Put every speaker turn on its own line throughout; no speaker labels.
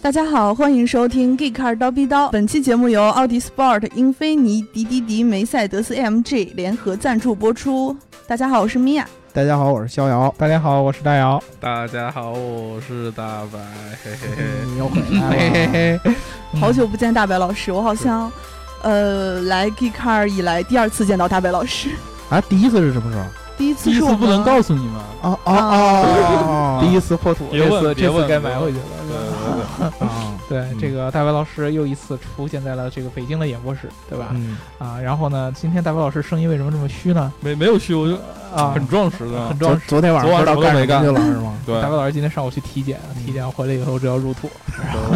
大家好，欢迎收听《Geek Car 刀逼刀》。本期节目由奥迪 Sport、英菲尼迪迪迪、梅赛德斯 AMG 联合赞助播出。大家好，我是米娅。
大家好，我是逍遥。
大家好，我是大姚。
大家好，我是大白，嘿嘿
哎
嘿，
你又回来了。
嘿嘿，
好久不见大白老师，我好像，呃，来 Geek Car 以来第二次见到大白老 师。
啊，第一次是什么时候？
第一次
第一
是我
次
们
不能告诉你们，
哦哦哦，
第一次破土，
别
这
问
次
别
这次
问
该
别
埋
问
回去了。
对
对吧
对对，
啊，
对，这个大白老师又一次出现在了这个北京的演播室，对吧？
嗯，
啊，然后呢，今天大白老师声音为什么这么虚呢？
没没有虚，我就
啊，
嗯很壮实的，
很
昨
壮实。
昨天晚上不知道干什么去了是吗？
对
大，白老师今天上午去体检，体检回来以后这要入土。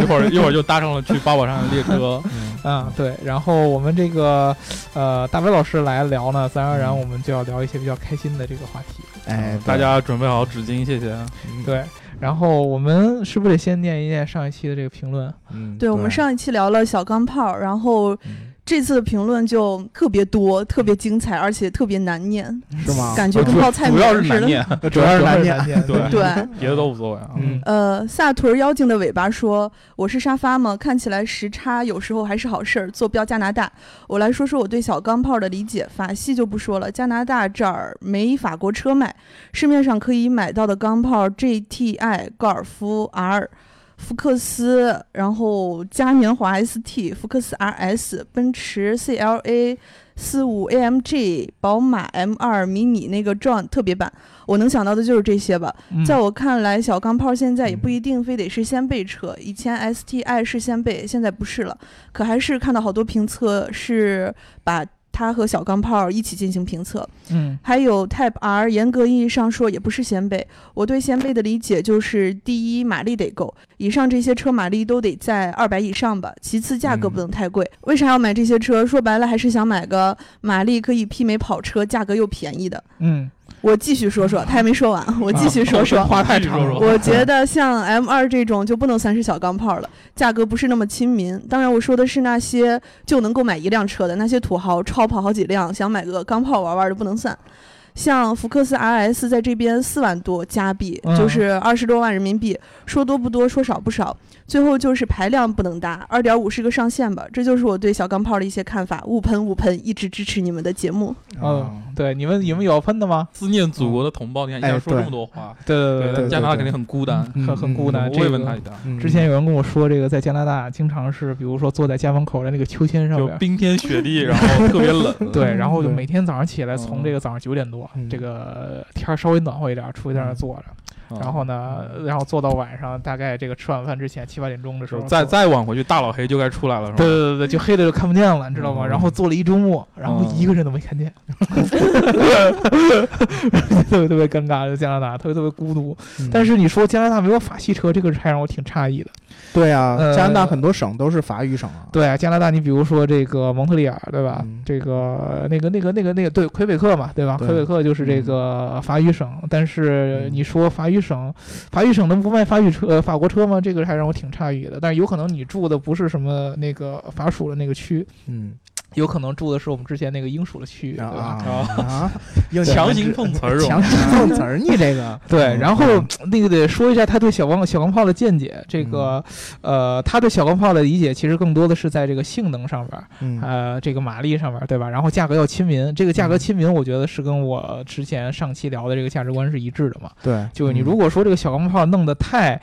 一会儿一会儿就搭上了去八宝山的列车，
嗯
啊，对，然后我们这个呃，大白老师来聊呢，自然而然
嗯
我们就要聊一些比较开心的这个话题。
哎，对
大家准备好纸巾，谢谢。
嗯
嗯
对，然后我们是不是得先念一念上一期的这个评论？
嗯
对，我们上一期聊了小钢炮，然后
嗯
这次的评论就特别多，特别精彩，而且特别难念，
是吗？
嗯
啊
感觉
主
跟泡菜
主
名
要是
似
难
的。
念，
主要是难念。
念
对
对，
别的都无所谓啊。
嗯
呃，萨屯妖精的尾巴说：“我是沙发吗？看起来时差有时候还是好事儿。”坐标加拿大，我来说说我对小钢炮的理解。法系就不说了，加拿大这儿没法国车卖，市面上可以买到的钢炮 GTI、高尔夫 R、福克斯，然后嘉年华 ST、福克斯 RS、奔驰 CLA。四五 AMG、宝马 M 2迷你那个 John 特别版，我能想到的就是这些吧。
嗯
在我看来，小钢炮现在也不一定非得是掀背车。以前 STI 是掀背，现在不是了。可还是看到好多评测是把它和小钢炮一起进行评测。
嗯
还有 Type R，严格意义上说也不是掀背。我对掀背的理解就是：第一，马力得够，以上这些车马力都得在二百以上吧。其次，价格不能太贵。为啥要买这些车？说白了还是想买个马力可以媲美跑车、价格又便宜的。
嗯，
我继续说说，他还没说完，我继续说 说。
话太
继
长
续
了。
说
我觉得像 M 二这种就不能算是小钢炮了，价格不是那么亲民。当然，我说的是那些就能够买一辆车的那些土豪，超跑好几辆，想买个钢炮玩玩的不能算。像福克斯 RS 在这边四万多加币，
嗯
就是二十多万人民币，说多不多，说少不少。最后就是排量不能搭，二点五是个上限吧。这就是我对小钢炮的一些看法。勿喷勿喷，一直支持你们的节目。
啊
嗯，对，你们你们有要喷的吗？
思念祖国的同胞，你看一
哎
下说
对
这么多话，
对对
对
加拿大肯定很孤单，
嗯
很很孤
我
单。
也
这
问
个
他一下，
之前有人跟我说，这个在加拿大经常是，比如说坐在家门口的那个秋千上
就
边，
冰天雪地，然后特别冷，
对，然后就
对
每天早上起来，从
嗯
这个早上九点多，
嗯
这个天儿稍微暖和一点，出去在那儿坐着，
嗯
然后呢，然后坐到晚上，大概这个吃晚饭之前七八点钟的时
就
候，
再
坐
再往回去，大老黑就该出来了，是吧？
对对对对，就黑的就看不见了，你知道吗？
嗯
然后坐了一周末，然后
嗯
一个人都没看见， 特别特别尴尬，就加拿大特别特别孤独。
嗯
嗯
但是你说加拿大没有法系车，这个还让我挺诧异的。
对啊，
呃
加拿大很多省都是法语省啊。
对啊，加拿大你比如说这个蒙特利尔，对吧？
嗯
这个那个那个那个那个对魁北克嘛，对吧？
对嗯
魁北克就是这个法语省，但是你说法语省，法语省能不卖法语车、呃法国车吗？这个还让我挺诧异的。但是有可能你住的不是什么那个法属的那个区，
嗯
有可能住的是我们之前那个英属的区域，对
啊
吧？
啊 啊！用你们
强行碰瓷儿，
强行碰瓷儿，你这个
对，
嗯
然后那个得说一下他对小钢小钢炮的见解。这个，
嗯
呃，他对小钢炮的理解其实更多的是在这个性能上边儿，
嗯
呃，这个马力上边儿，对吧？然后价格要亲民，这个价格
嗯
亲民，我觉得是跟我之前上期聊的这个价值观是一致的嘛。
对，嗯
就是你如果说这个小钢炮弄得太，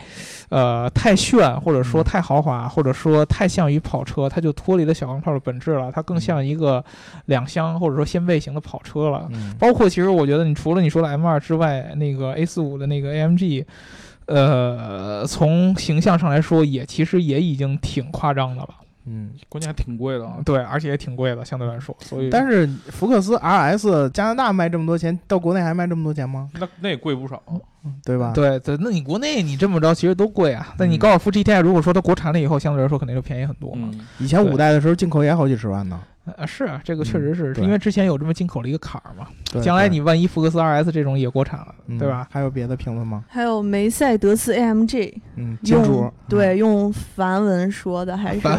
呃，太炫，或者说
嗯
太豪华，或者说太像于跑车，它就脱离了小钢炮的本质了，它更像一个两厢或者说掀背型的跑车了。
嗯
包括其实我觉得，你除了你说的 M 二之外，那个 A 四五的那个 AMG，呃，从形象上来说也，其实也已经挺夸张的了。
嗯。
关键还挺贵的啊。
对，而且也挺贵的，相对来说。所以，
但
嗯是
是福克斯 RS 加拿大卖这么多钱，到国内还卖这么多钱吗？
那那也贵不少，
对吧？
对对，那你国内你这么着，其实都贵啊。那你高尔夫 GTI 如果说它国产了以后，相对来说肯定就便宜很多嘛。
嗯，
以前五代的时候进口也好几十万呢。
呃，是啊这个确实是，
对
因为之前有这么进口的一个坎儿嘛。
对
将来
对
你万一福克斯 RS 这种也国产了，
嗯
对吧？
还有别的评论吗？
还有梅赛德斯 AMG，
嗯，金主
用对用梵文说的还是
梵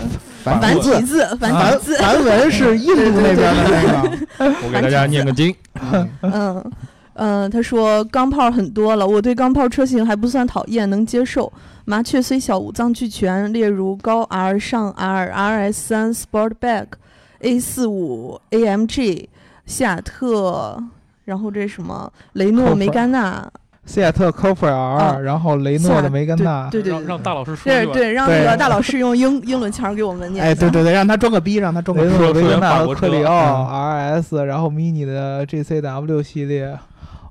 繁
繁繁
体字，繁体字，
繁文是印度那边的那个
我给大家念个经，
嗯
嗯。嗯，他说钢炮很多了，我对钢炮车型还不算讨厌，能接受。麻雀虽小，五脏俱全，例如高 R、上 R、RS 三、Sportback、A 四五、AMG、西雅特，然后这什么雷诺、梅甘娜，
西雅特 Copra
啊
R，然后雷诺的梅甘娜，
对对
让让大老师说
对
去吧。
对，让
对
那个大老师用英英伦腔儿给我们念一下。
哎，对对对，让他装个逼，让他装个
雷诺
说
的梅甘
说
娜
法
和
国
克
车
里奥 RS，然后 mini 的 GCW 系列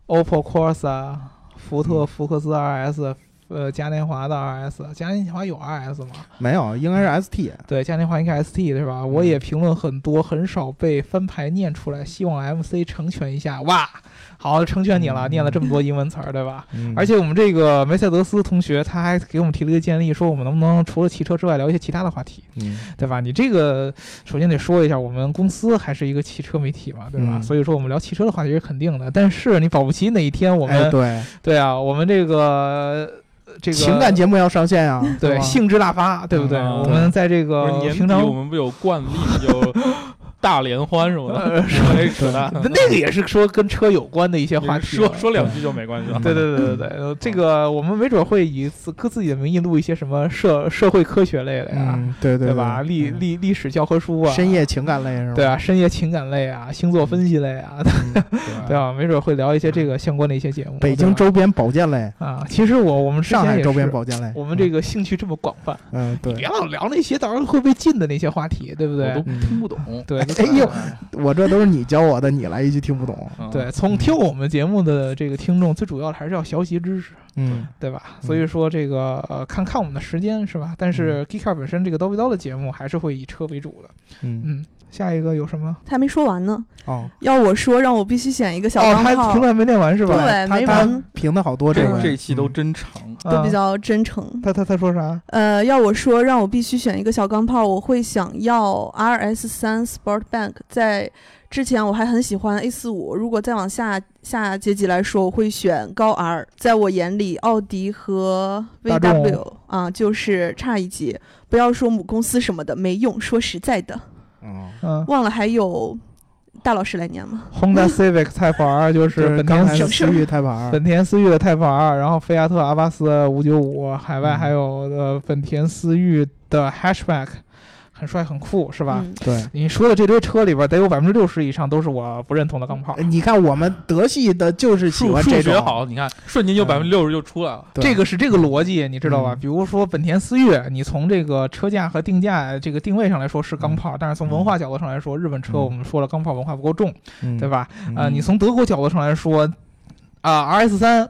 ，OPPO Corsa，福特福克斯 RS。呃，嘉年华的 RS，嘉年华有 RS 吗？
没有，应该是 ST。
对，嘉年华应该 ST 对吧？我也评论很多，很少被翻牌念出来，希望 MC 成全一下。哇，好，成全你了，念了这么多英文词儿，对吧？
嗯
而且我们这个梅赛德斯同学他还给我们提了一个建议，说我们能不能除了汽车之外聊一些其他的话题，
嗯，
对吧？你这个首先得说一下，我们公司还是一个汽车媒体嘛，对吧？
嗯
所以说我们聊汽车的话题是肯定的，但是你保不齐哪一天我们、
哎，对，
对啊，我们这个这个
情感节目要上线啊，
对
吧
性致大发，对不对？
嗯
我们在这个
不是年
呃平
底
常
我们不有惯例有大联欢什么的，说这扯淡，
那个也是说跟车有关的一些话题嘛，啊
说说两句就没关系了。
对对对对对，
嗯
呃这个我们没准会以自各自己的名义录一些什么社社会科学类的呀，
嗯，对
对
对
吧？历
嗯
历历史教科书啊，
深夜情感类是吧？
对啊，深夜情感类啊，星座分析类啊，
嗯，
对
对啊，没准会聊一些这个相关的一些节目。
北京
对吧
周边保健类，
啊，其实我我们之前
上海
也
周边
是
保健类，
我们这个兴趣这么广泛，
嗯，嗯，
别
对，
老聊那些到时候会被禁的那些话题，对不
我
对
都？听不懂。
对
哎呦，我这都是你教我的，你来一句听不懂，
嗯
对，从听我们节目的这个听众，最主要的还是要学习知识。
嗯，
对吧？所以说这个呃，看看我们的时间是吧？但是 Geek Out 本身这个刀逼刀的节目还是会以车为主的。
嗯，
嗯，下一个有什么？
他还没说完呢，
哦，
要我说，让我必须选一个小
哦，
钢
他
炮，
评论还没念完是吧？
对
他
没
他
完
评的好多
这
回，
这期都
嗯
真长，
啊
都比较真诚。
他他他说啥？
呃，要我说，让我必须选一个小钢炮，我会想要 RS 三 Sportback。在之前我还很喜欢 A 四五，如果再往下下阶级来说，我会选高 R。在我眼里，奥迪和
大众
VW 啊，就是差一级。不要说母公司什么的没用，说实在的，
嗯，
嗯
忘了还有大老师来念吗？
，Honda Civic Type R 就
这
是本
刚
田
才的
省
思
事
域胎盘，
本田思域的 Type R，然后菲亚特阿巴斯五九五，海外
嗯
还有呃本田思域的 Hatchback，很帅很酷是吧？
嗯
对。
你说的这堆车里边，得有百分之六十以上都是我不认同的钢炮。
哎你看，我们德系的就是喜
数
欢
数
这
学
种，
好，你看瞬间就
嗯
百分之六十就出来了。
对
这个是这个逻辑，你知道吧？
嗯
比如说本田思域，你从这个车价和定价这个定位上来说是钢炮，但是从文化角度上来说，日本车
嗯
我们说了钢炮文化不够重，
嗯
对？吧？
嗯
呃，你从德国角度上来说，啊、r S 三，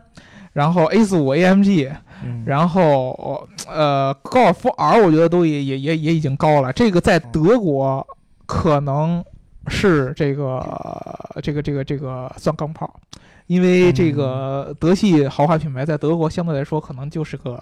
然后 A 四五 AMG，
嗯
然后呃高尔夫 R，我觉得都也也也也已经高了。这个在
嗯
德国可能是这个这个这个这个算钢炮，因为这
嗯
个德系豪华品牌在德国相对来说可能就是个。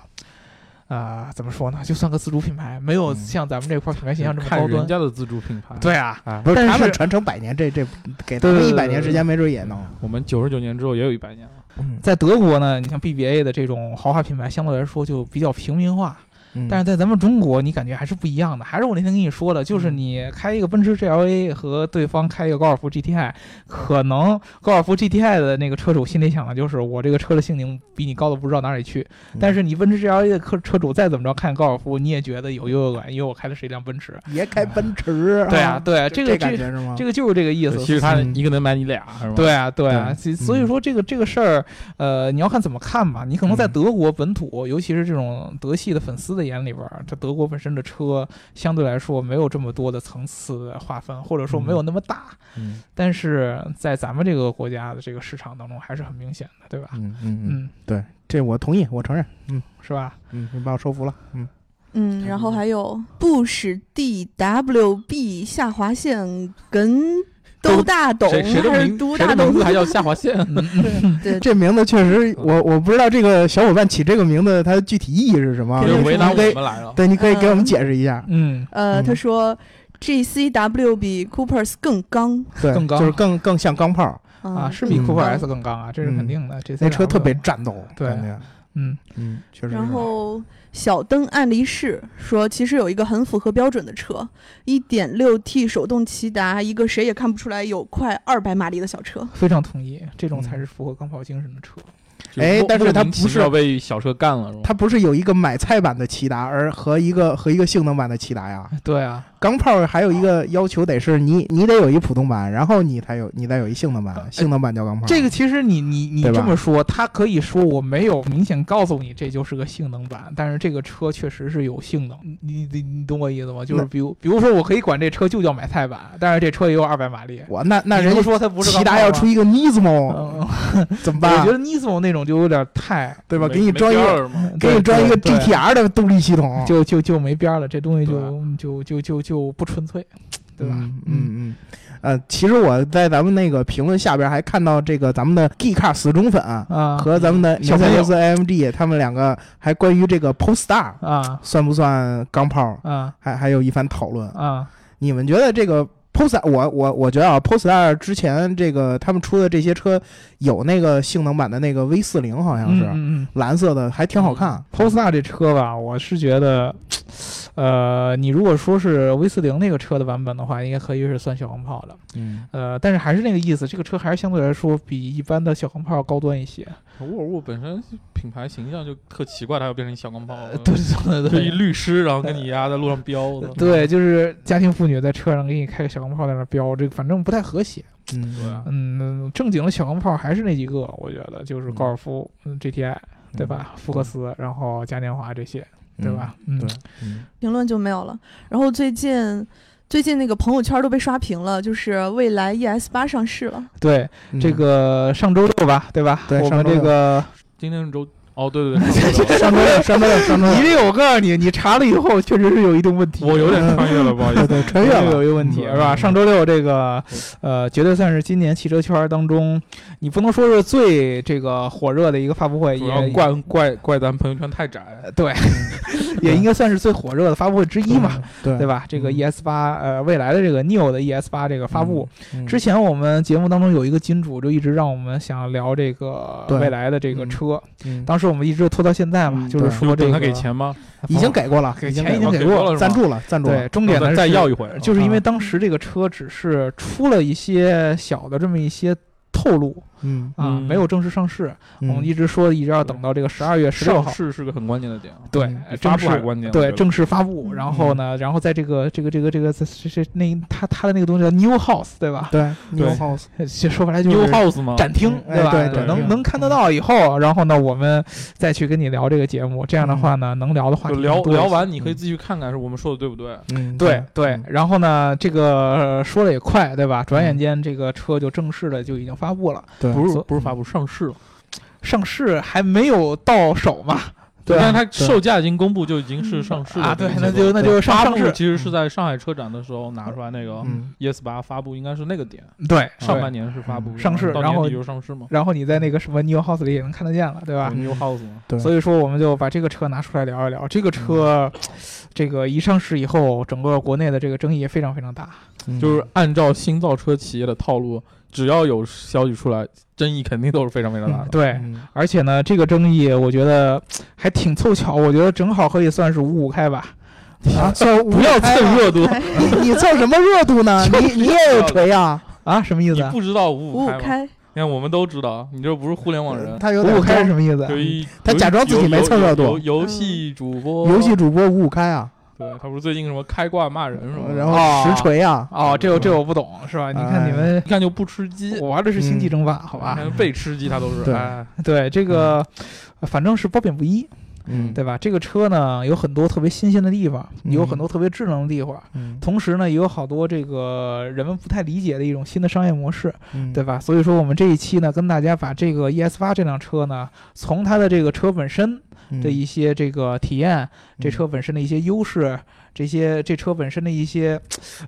啊、怎么说呢？就算个自主品牌，没有
嗯
像咱们这块品牌形象这么
看
高端
人。家的自主品牌，
对啊，
啊，
不是
但
他
是
们传承百年，这这给他
对
们
对
一
对
百
对
年
对
时间，没准也能。
我们九十九年之后也有一百年了。
在德国呢，你像 BBA 的这种豪华品牌，相对来说就比较平民化。
嗯
但是在咱们中国，你感觉还是不一样的。还是我那天跟你说的，就是
嗯
你开一个奔驰 GLA 和对方开一个高尔夫 GTI，可能高尔夫 GTI 的那个车主心里想的就是我这个车的性能比你高的不知道哪里去。
嗯
但是你奔驰 GLA 的车车主再怎么着看高尔夫，你也觉得有优越感，因为我开的是一辆奔驰。
也开奔驰，
对啊，对啊，
这
这个
感
这
觉是吗？
这个就是这个意思。
其实他
嗯
一个能买你俩，是吧？嗯
对啊，对啊，
对
所以所以说这个这个事儿，呃，你要看怎么看吧。你可能在
嗯
德国本土，尤其是这种德系的粉丝的眼里边儿，这德国本身的车相对来说没有这么多的层次的划分，或者说没有那么大。
嗯
但是在咱们这个国家的这个市场当中，还是很明显的，对吧？
嗯嗯嗯，
嗯，
对，这我同意，我承认。
是吧？
嗯，你把我说服了。嗯，
嗯，然后还有布什 DWB 下划线跟都大董
谁谁的
还是
名
都
谁
大
的
董
名字还叫下划线？
嗯
对
这名字确实，我我不知道这个小伙伴起这个名字它的具体意义啊是什么
给。
就
我
为难
你
我们
可以
来了。
对，你可以给我们
嗯
解释一下。
嗯，
呃，他
嗯
说 GCW 比 Coopers 更刚
对，
更高
就是更更像钢炮，
啊
啊，是比
嗯
酷
酷
派
派
嗯
S 更刚啊，这是肯定的。这
那车特别战斗，
对
感觉
嗯，
嗯，确实是。
然后小灯暗离市说，其实有一个很符合标准的车，一点六 T 手动骐达，一个谁也看不出来有快二百马力的小车。
非常同意，这种
嗯
才是符合钢炮精神的车。
哎但是它
他
不是
要被小车干了，是吧？
它不是有一个买菜版的骐达，而和一个和一个性能版的骐达呀？
对啊，
钢炮还有一个要求得是你你得有一普通版，然后你才有你再有一性能版，性能版叫钢炮。
呃
啊
这个其实你你你
对吧
这么说，他可以说我没有明显告诉你这就是个性能版，但是这个车确实是有性能，你你你懂我意思吗？就是
那
比如比如说，我可以管这车就叫买菜版，但是这车也有二百马力。
我那那
你
人
不
家
说它不是
骐
钢炮
达要
吗
出一个 Nismo
嗯，嗯
怎么
我
办啊
觉？得 Nismo 那种就有点太，
对吧？
没
给你
没
装一
边
个
儿嘛
给你装一个
对对
GTR 的动力系统，
就就就没边儿了，这东西
对
就就就就就不纯粹，对吧？
嗯嗯嗯。呃，其实我在咱们那个评论下边还看到这个咱们的 G Car 死忠粉啊
啊
和咱们的
小
梅
朋
赛
友
德斯 AMG 他们两个还关于这个 Polestar
啊
算不算钢炮，
啊
还还有一番讨论。
啊
你们觉得这个 Polestar，我我我觉得啊，Polestar 之前这个他们出的这些车有那个性能版的那个 V 四零，好像
嗯
是、
嗯嗯
蓝色的，还挺好看。
Polestar 这车吧，我是觉得，呃，你如果说是 V 四零那个车的版本的话，应该可以是算小钢炮的，
嗯，
呃，但是还是那个意思，这个车还是相对来说比一般的小钢炮高端一些。
沃尔沃本身品牌形象就特奇怪，它要变成小钢炮，
呃对 对
就一
对
律师，然后跟你丫在路上飙，我操
对，就是家庭妇女在车上给你开个小钢炮在那儿飙，这个反正不太和谐。
嗯
对啊
嗯，正经的小钢炮还是那几个，我觉得就是高尔夫、嗯 GTI，对吧？福克斯，然后嘉年华这些，对吧？？嗯，
对嗯
评论就没有了。然后最近最近那个朋友圈都被刷屏了，就是蔚来 ES 八上市了。
对，
嗯
这个上周六吧，对吧？
对
我
上
们
周
这
六，
个，
今天是周哦，对对对
上周六，上周六，上周六，
你这个我告诉你，你查了以后确实是有一定问题，
嗯我有点穿越了，不好意
对
思。
对，穿越
这
了
个有一个问题，
嗯
是吧？上周六这个，呃，绝对算是今年汽车圈当中，你不能说是最这个火热的一个发布会，
主要
也呃
怪嗯怪怪咱朋友圈太窄，
对，也应该算是最火热的发布会之一嘛，，
对
对？吧？这个
嗯
ES 八，呃，未来的这个 Neo 的 ES 八这个发布，
嗯
之前我们节目当中有一个金主就一直让我们想聊这个
对
未来的这个车，
嗯
当时我们一直拖到现在嘛，
嗯
就是
对
说这
等
个
他给钱吗？哦
已经给过了，
给
已经
钱已
过
经
了给
给过
过
了，
了
赞助了，赞助
对，
了。
重点呢
再再
是
要一回，
就是因为
啊
当时这个车只是出了一些小的这么一些透露
嗯，
啊，
嗯
没有正式上市，我们
嗯
一直说一直要等到这个十二月十六
上
号。
市是个很关键的点啊，
对
嗯，
比
正
发布还
式
关键。我
对
觉得
正式发布，
嗯
然后呢，然后在这个这个这个这个这这那他他的那个东西叫 New House 对吧？
对，New House，
其实说白了就是
New House 啊吗？
展厅，
哎
吧？
对
展嗯
能
厅
能看得到以后，然后呢，我们再去跟你聊这个节目。这样的话呢，能聊的话
嗯就
题
聊
更多一嗯
聊
些
完，你可以自己去看看，是我们说的对不对？
嗯，
对对，然后呢，这个呃说了也快，对吧？转眼间这个车就正式的就已经发布了，
对，
不是
所
不是发布上市了，
上市还没有到手嘛？
对啊
但是它
对嗯
售价已经公布，就已经是上市
啊，
了这个，
对
结果。
那就那就上
发
上
布
市，
其实是在上海车展的时候拿出来那个
嗯
ES 八发布，应该是那个点，
对
上。半
对
年是发布，
上市
到
然
年
后
底就上市嘛，
然后你在那个什么 New House 里也能看得见了，对吧？
嗯
有 New House 嘛，
对
所以说，我们就把这个车拿出来聊一聊。这个车，这个一上市以后，整个国内的这个争议也非常非常大。
嗯
就是按照新造车企业的套路，只要有消息出来，争议肯定都是非常非常大的。
啊对，
嗯
而且呢，这个争议我觉得还挺凑巧，我觉得正好可以算是五五开吧。
啊，算
不要蹭热度，
你你蹭什么热度呢？你你也有锤啊？
啊，什么意思
你
啊？
不知道五
五
五
五
开吗？
开，
你看我们都知道，你这不是互联网人，
他有
五
点
五开是
装
什么意思啊？
就一
嗯他
游
假装自己
游
没蹭热度嗯
游游游戏主播，
游戏主播五五开啊，
对他不是最近什么开挂骂人什么的，
嗯然
哦
后实锤啊，
哦，这我这我不懂，是吧？你看
哎嗯
你们
一看就不吃鸡，
我玩的是星际争霸，好吧？
看被吃鸡他都是，
对
哎，
对这个，呃反正是褒贬不一，
嗯，
对吧？这个车呢，有很多特别新鲜的地方，
嗯
有很多特别智能的地方，
嗯，
同时呢，也有好多这个人们不太理解的一种新的商业模式。
嗯
对吧？所以说我们这一期呢，跟大家把这个 ES 八这辆车呢，
嗯
从它的这个车本身的一些这个体验，这车本身的一些优势，这些这车本身的一些，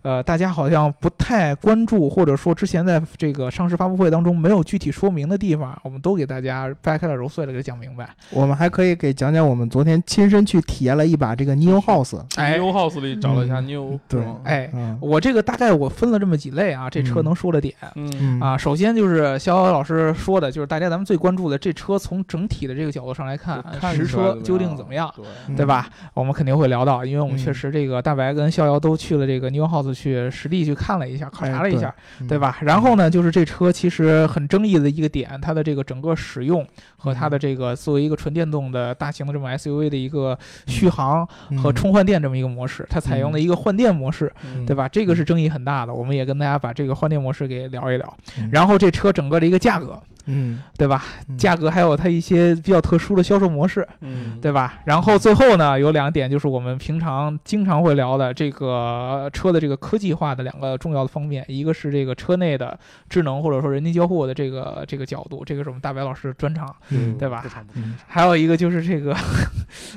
呃，大家好像不太关注，或者说之前在这个上市发布会当中没有具体说明的地方，我们都给大家掰开了揉碎了给讲明白。
我们还可以给讲讲我们昨天亲身去体验了一把这个 Neo House。
哎
New House 里找了一下
嗯
New，
对
是吗
哎，
嗯
我这个大概我分了这么几类啊，这车能说的点。
嗯
嗯
啊，首先就是逍遥老师说的，就是大家咱们最关注的这车，从整体的这个角度上来看，实车究竟怎么样？？
对
嗯
对吧？我们肯定会聊到，因为我们确
嗯
实这个大白跟逍遥都去了这个 New House 去实地去看了一下，考察
哎
了一
对
下，
嗯
对吧？然后呢，就是这车其实很争议的一个点，它的这个整个使用和它
嗯
的这个作为一个纯电动的大型的这么 SUV 的一个
嗯
续航和充换电这么一个模式，它采用了一个换电模式，
嗯
对吧？这个是争议很大的，我们也跟大家把这个换电模式给聊一聊
嗯。
然后这车整个的一个价格，
嗯
对吧？
嗯
价格还有它一些比较特殊的销售模式，
嗯，
对吧？然后最后呢，有两点就是我们平常经常会聊的这个车的这个科技化的两个重要的方面，一个是这个车内的智能或者说人机交互的这个这个角度，这个是我们大白老师的专长，
嗯
对吧
不长不
嗯
还有一个就是这个，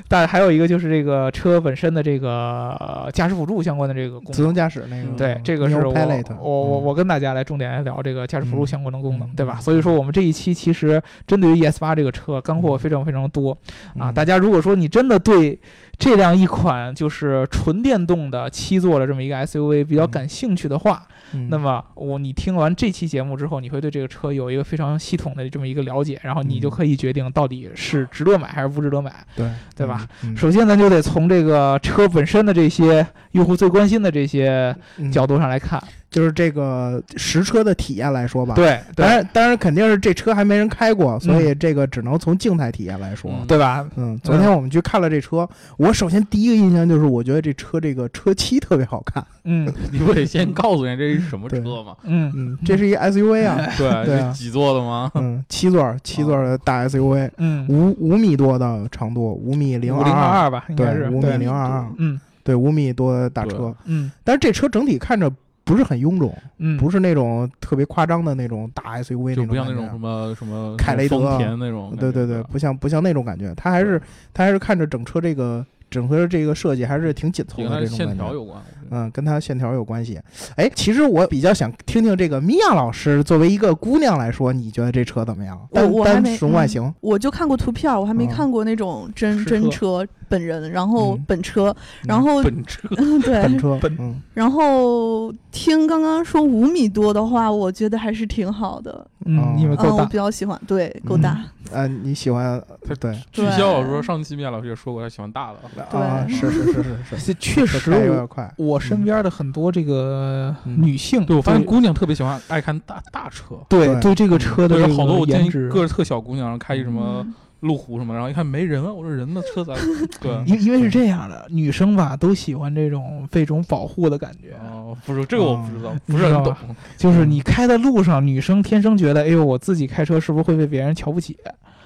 但还有一个就是这个车本身的这个呃驾驶辅助相关的这个功
自
能。
动驾驶那个
嗯
对，这个是
Neo
我
Pilot，
我我
嗯
我跟大家来重点来聊这个驾驶辅助
嗯
相关的功能，
嗯
对吧？所以说我们这一期其实针对于 ES 八这个车干货非常非常多，啊，
嗯
大家如果说你真的对这样一款就是纯电动的七座的这么一个 SUV 比较
嗯
感兴趣的话，
嗯
那么我你听完这期节目之后，你会对这个车有一个非常系统的这么一个了解，然后你就
嗯
可以决定到底是值得买还是不值得买。
对
对吧？
嗯
首先，咱就得从这个车本身的这些用户最关心的这些
嗯
角度上来看，
就是这个实车的体验来说吧。，
对
当
对嗯
然当然肯定是这车还没人开过，所以这个只能从静态体验来说。
嗯
对吧？
嗯，昨天我们去看了这车，我首先第一个印象就是，我觉得这车这个车漆特别好看。
嗯
你不得先告诉人这是什么车吗？
嗯
嗯，这是一 SUV 啊，
对，
对啊
是几座的吗？
嗯，七座儿七座儿的大 SUV，
嗯，
五五米多的长度，五米零
五零
二，
吧，应该
对，
是
五米
对，
零二，
嗯
对，五米多的大车
对。
嗯
但是这车整体看着不是很臃肿，
嗯，
不是那种特别夸张的那种大 SUV
就
种
不像那
感
种
觉
什么什么
凯雷德
丰田那种感觉，
对对对，
吧
不像不像那种感觉，它还是它还是看着整车这个整个这个设计还是挺紧凑
也跟
的
它
这种
线
感
条
觉。
有关。我觉得
嗯，跟它线条有关系。哎，其实我比较想听听这个米娅老师作为一个姑娘来说，你觉得这车怎么样？
我
单
我还
单
没嗯
从外形，
我就看过图片儿，我还没
嗯
看过那种真、
实车
真车本人，然后
嗯
本车，
嗯
然后、
本车
本
对，
车，
本
嗯
然后听刚刚说五米多的话，我觉得还是挺好的，
哦
嗯，因为
嗯，
够
我
大
比，较喜欢，对，够
嗯
大，
呃，你喜欢
它
对
取消我说上期面老师也说过，他喜欢大的。
啊？是是是是 是，
这确
这
实
开有
我
点快。
我身边的很多这个
嗯
女性，
对，我发现姑娘特别喜欢爱看大大车，
对
对
对这个车的
对，
这
好多我见
颜
一
值，
个子特小姑娘，然后开一什么
嗯
路虎什么，然后一看没人啊，我说人呢，车咋？ 对，
因因为是这样的，女生吧都喜欢这种被这种保护的感觉，
哦，不是这个我不知道，
你
不是很
知道
懂
吧。就是
嗯
你开在路上，女生天生觉得，哎呦，我自己开车是不是会被别人瞧不起？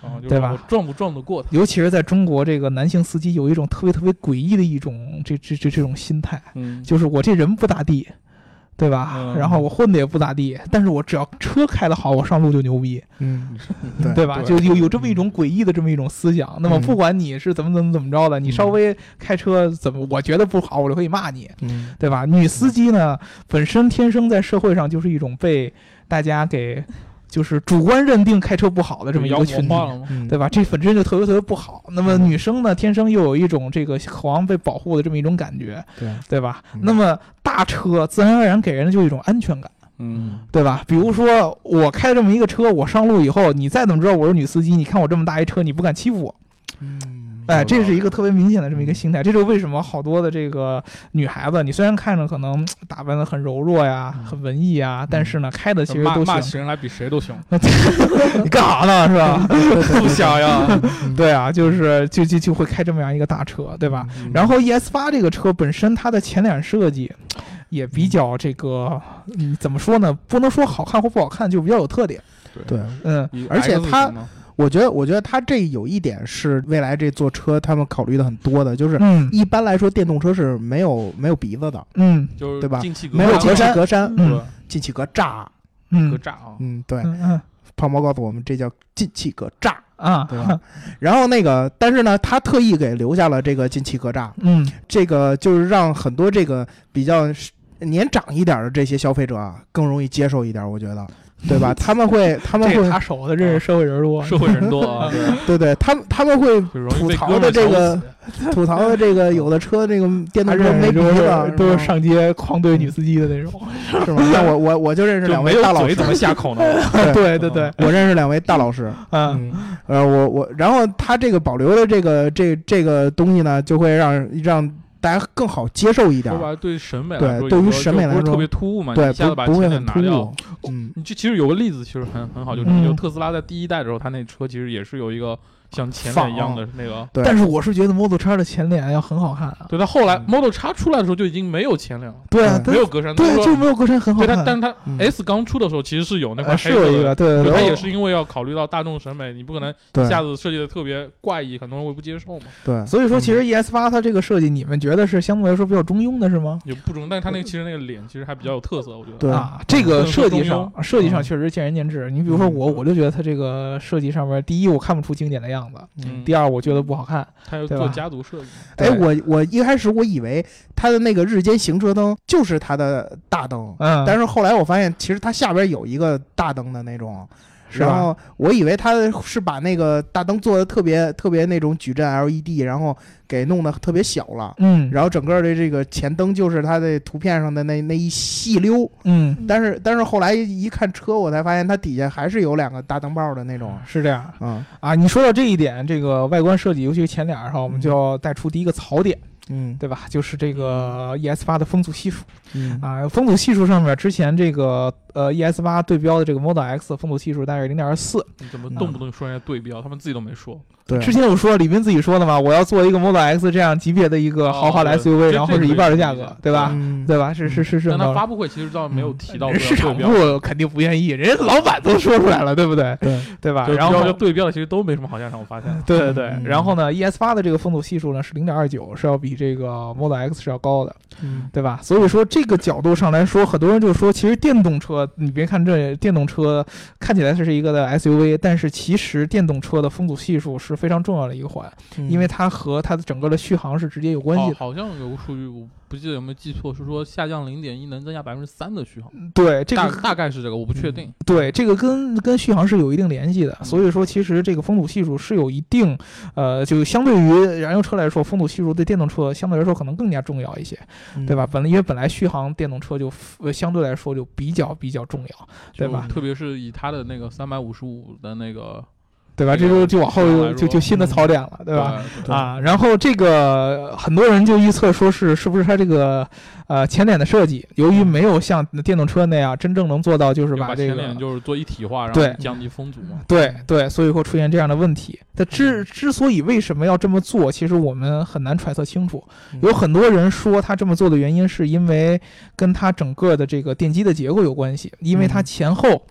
哦就是
对吧
我撞不撞得过他？
尤其是在中国，这个男性司机有一种特别特别诡异的一种这这这这种心态，
嗯，
就是我这人不咋地。对吧？
嗯
然后我混的也不咋地，但是我只要车开得好，我上路就牛逼。
嗯，
对吧？就
对
有有这么一种诡异的这么一种思想。那么
嗯
不管你是怎么怎么怎么着的，你
嗯
稍微开车怎么，我觉得不好，我就可以骂你，
嗯
对吧？女司机呢，本身天生在社会上就是一种被大家给就是主观认定开车不好的这么一
妖
个群
魔
体。
化了吗？
嗯，
对吧？这本身就特别特别不好。那么女生呢，天生又有一种这个渴望被保护的这么一种感觉，
对，
对吧？
嗯
那么大车自然而然给人就一种安全感。
嗯，
对吧？比如说我开这么一个车，我上路以后，你再怎么知道我是女司机，你看我这么大一车，你不敢欺负我，
嗯
哎，
有道
这
理
是一个特别明显的这么一个心态。这就是为什么好多的这个女孩子，你虽然看着可能打扮的很柔弱呀、
嗯
很文艺呀，但是呢，开的其实
骂
都
骂
行。
起人来比谁都凶，
你干啥呢？是吧？
不想呀。
对啊，就是就就就会开这么样一个大车，对吧？
嗯
然后 ES 八这个车本身它的前脸设计。也比较这个，嗯，怎么说呢？不能说好看或不好看，就比较有特点。
对，
嗯，
以
而且
X
它
型嘛
我觉得，我觉得它这有一点是未来这坐车他们考虑的很多的，就是
嗯
一般来说电动车是没有没有鼻子的，
嗯
就是
对吧
进气格
没有
栅
进
嘛
气格栅，
嗯
对吧
进气格栅。
嗯
格栅啊，
嗯，对。
嗯嗯
胖猫告诉我们这叫进气格 栅，
啊，
对吧？然后那个，但是呢，他特意给留下了这个进气格栅，
嗯
这个就是让很多这个比较年长一点的这些消费者啊，更容易接受一点，我觉得，对 吧？他们会，他们
这个
会
他，熟的，认识啊社会人多，
社会人多啊，对
对对，他们他们会
就容易
吐
被
槽
哥们
的
儿
这
瞧不
个
起
吐槽的这个有的车这个电
他
动车
认
没
识
鼻
就
子，
是嗯都是
是吧
上街狂怼女司机的那种，
是吗？那我我我就认识
就
两
没
位
有
大老
嘴
师
怎，么下口呢？
对对对，
我认识两位大老师，
嗯，
嗯，呃，我我，然后他这个保留的这个这这个东西呢，就会让让大家更好接受一点
说
儿，
白了，对审美
对
来说，
对于
有时候
审美
就
来
不是特
说
别突兀嘛，你
对，
一下子把
不不会
前脸
很
拿
突
掉
兀。，嗯，
你这其实有个例子，其实很很好，就是
嗯
就特斯拉在第一代的时候，它那车其实也是有一个像前
仿
脸一样的那个。
对
但是我是觉得 Model 叉的前脸要很好看啊，
对，它后来
嗯
Model X 出来的时候就已经没有前脸了，
对啊，
嗯
但
没有格栅。
对
它
啊，
说
就没有格栅很好
对它
看，，
但是它
嗯
S 刚出的时候其实是有那
呃
块
是
黑色
有一
的
个，，对
对
对
它
对，
也是因为要考虑到大众审美，你不可能
对
一下子设计的特别怪异，很多人会不接受嘛，
对，
所以说，其实 ES 八它这个设计，你们觉得是相对来说比较中庸的，是吗？
也不中。但是它那个其实那个脸其实还比较有特色，我觉得。
对
啊，这个
嗯
设计上，设计上
嗯
确实见仁见智。你比如说我，
嗯
我就觉得它这个设计上面，第一我看不出经典的样子，
嗯，
第二我觉得不好看。
它要
对
做
吧
家族设计，
哎，
对
我我一开始我以为它的那个日间行车灯就是它的大灯，
嗯，
但是后来我发现其实它下边有一个大灯的那种，
是吧
然后我以为它是把那个大灯做的特别特别那种矩阵 LED，然后给弄得特别小了。
嗯，
然后整个的这个前灯就是它的图片上的那那一细溜，
嗯
但是但是后来一看车，我才发现它底下还是有两个大灯泡的那种，
是这样
嗯
啊。你说到这一点，这个外观设计，尤其是前脸上，我们就要带出第一个槽点，
嗯
对吧？就是这个 ES 八的风阻系数
嗯
啊，风阻系数上面之前这个呃 ES 八对标的这个 Model X 风阻系数大概零点二四，
你怎么
嗯
动不动说人家对标，他们自己都没说。
对，
之前我说李斌自己说的嘛，我要做一个 Model X 这样级别的一个豪华的
哦对
SUV，、
这
然后是一半的价格，对吧？
嗯
啊对吧？是是是是
但
这么
他
着。
发布会其实倒没有提到
人市
对
场
标，
部肯定不愿意，人家老板都说出来了，对不对？
对
对吧？
就
然
标就
后。
对标的其实都没什么好下场，我发现 了。
对对对，
嗯
然后呢，ES 八的这个风阻系数呢是零点二九，是要比这个 Model X 是要高的，
嗯
对吧？所以说这个角度上来说，很多人就说，其实电动车，你别看这电动车看起来是一个的 SUV，但是其实电动车的风阻系数是非常重要的一个环。
嗯
因为它和它的整个的续航是直接有关系
好，
的。
好像有个数据，我不记得有没有记错，是说下降零点一能增加百分之三的续航，
对，这
大
个
大概是这个，我不确定。
对这个跟跟续航是有一定联系的，所以说其实这个风阻系数是有一定，呃，就相对于燃油车来说，风阻系数对电动车相对来说可能更加重要一些，
嗯
对吧？？本来因为本来续航电动车就呃相对来说就比较比较重要，对吧？
特别是以它的那个三百五十五的那个，
对吧？这就就往
这个
后
来
就
说
就新的槽点了，对吧？
呃
对
啊，然后这个呃很多人就预测说是是不是它这个呃前脸的设计，由于没有像电动车那样真正能做到就是
对？就把
这
前
个
脸就是做一体化，然
对嗯
后降低风阻嘛。
对对，所以会出现这样的问题。它
嗯
之之所以为什么要这么做，其实我们很难揣测清楚。
嗯
有很多人说他这么做的原因是因为跟它整个的这个电机的结构有关系，因为它
嗯
前后。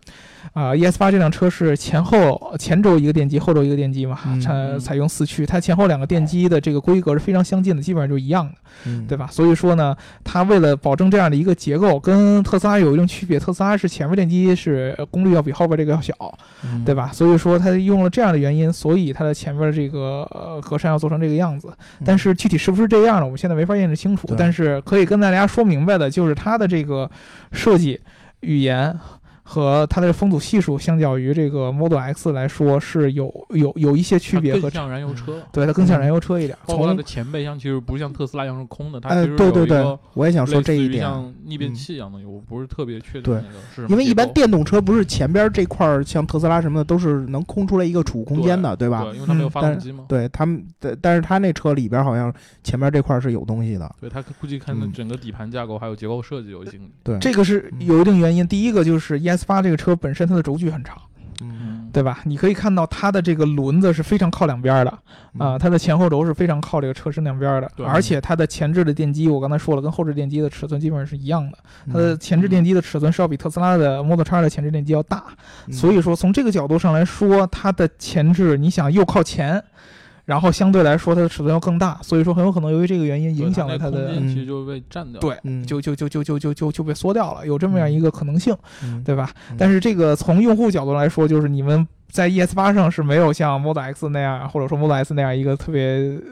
啊、e s 八这辆车是前后前轴一个电机，后轴一个电机嘛，
嗯
采
嗯
采用四驱，它前后两个电机的这个规格是非常相近的，基本上就一样的。
嗯
对吧？所以说呢，它为了保证这样的一个结构，跟特斯拉有一定区别。特斯拉是前面电机是呃功率要比后边这个要小，
嗯
对吧？所以说它用了这样的原因，所以它的前面这个呃格栅要做成这个样子。
嗯
但是具体是不是这样呢？我们现在没法验证清楚
对。
但是可以跟大家说明白的就是它的这个设计语言。和它的风阻系数相较于这个 Model X 来说是有有有一些区别
它
和
更，像燃嗯油车了。
对它更像燃油车一点。
包括它
从
的前备箱其实不是像特斯拉一样是空的，它
呃
其实
对
有
对
一
对
个，
我也想说
类
这
似
一
于
点，
像逆变器一样的东西，我不是特别确定
对
那个是什么
因为一般
结构
电动车不是前边这块儿像特斯拉什么的都是能空出来一个储物空间的，对吧？
对，因为它没有
嗯
发
但
动机嘛。
对他们，但但是他那车里边好像前边这块儿是有东西的，
对，它估计看
嗯
整个底盘架构还有结构设计有一定
对，
这个是
嗯
有一定原因。第一个就是 ES 八这个车本身它的轴距很长，
嗯
对吧？你可以看到它的这个轮子是非常靠两边儿的
嗯
啊、它的前后轴是非常靠这个车身两边儿的，
对
而且它的前置的电机，我刚才说了，跟后置电机的尺寸基本上是一样的。
嗯
它
呃
的前置电机的尺寸是要比特斯拉的 Model X 的前置电机要
嗯
大，所以说从这个角度上来说，它的前置你想又靠前。然后相对来说它的尺寸要更大，所以说很有可能由于这个原因影响了它
它
的
空间
其实就被占掉。
对，
嗯
就就就就就就就就被缩掉了，有这么样一个可能性，
嗯
对吧
嗯？
但是这个从用户角度来说，就是你们在 ES 八上是没有像 Model X 那样，或者说 Model S 那样一个特别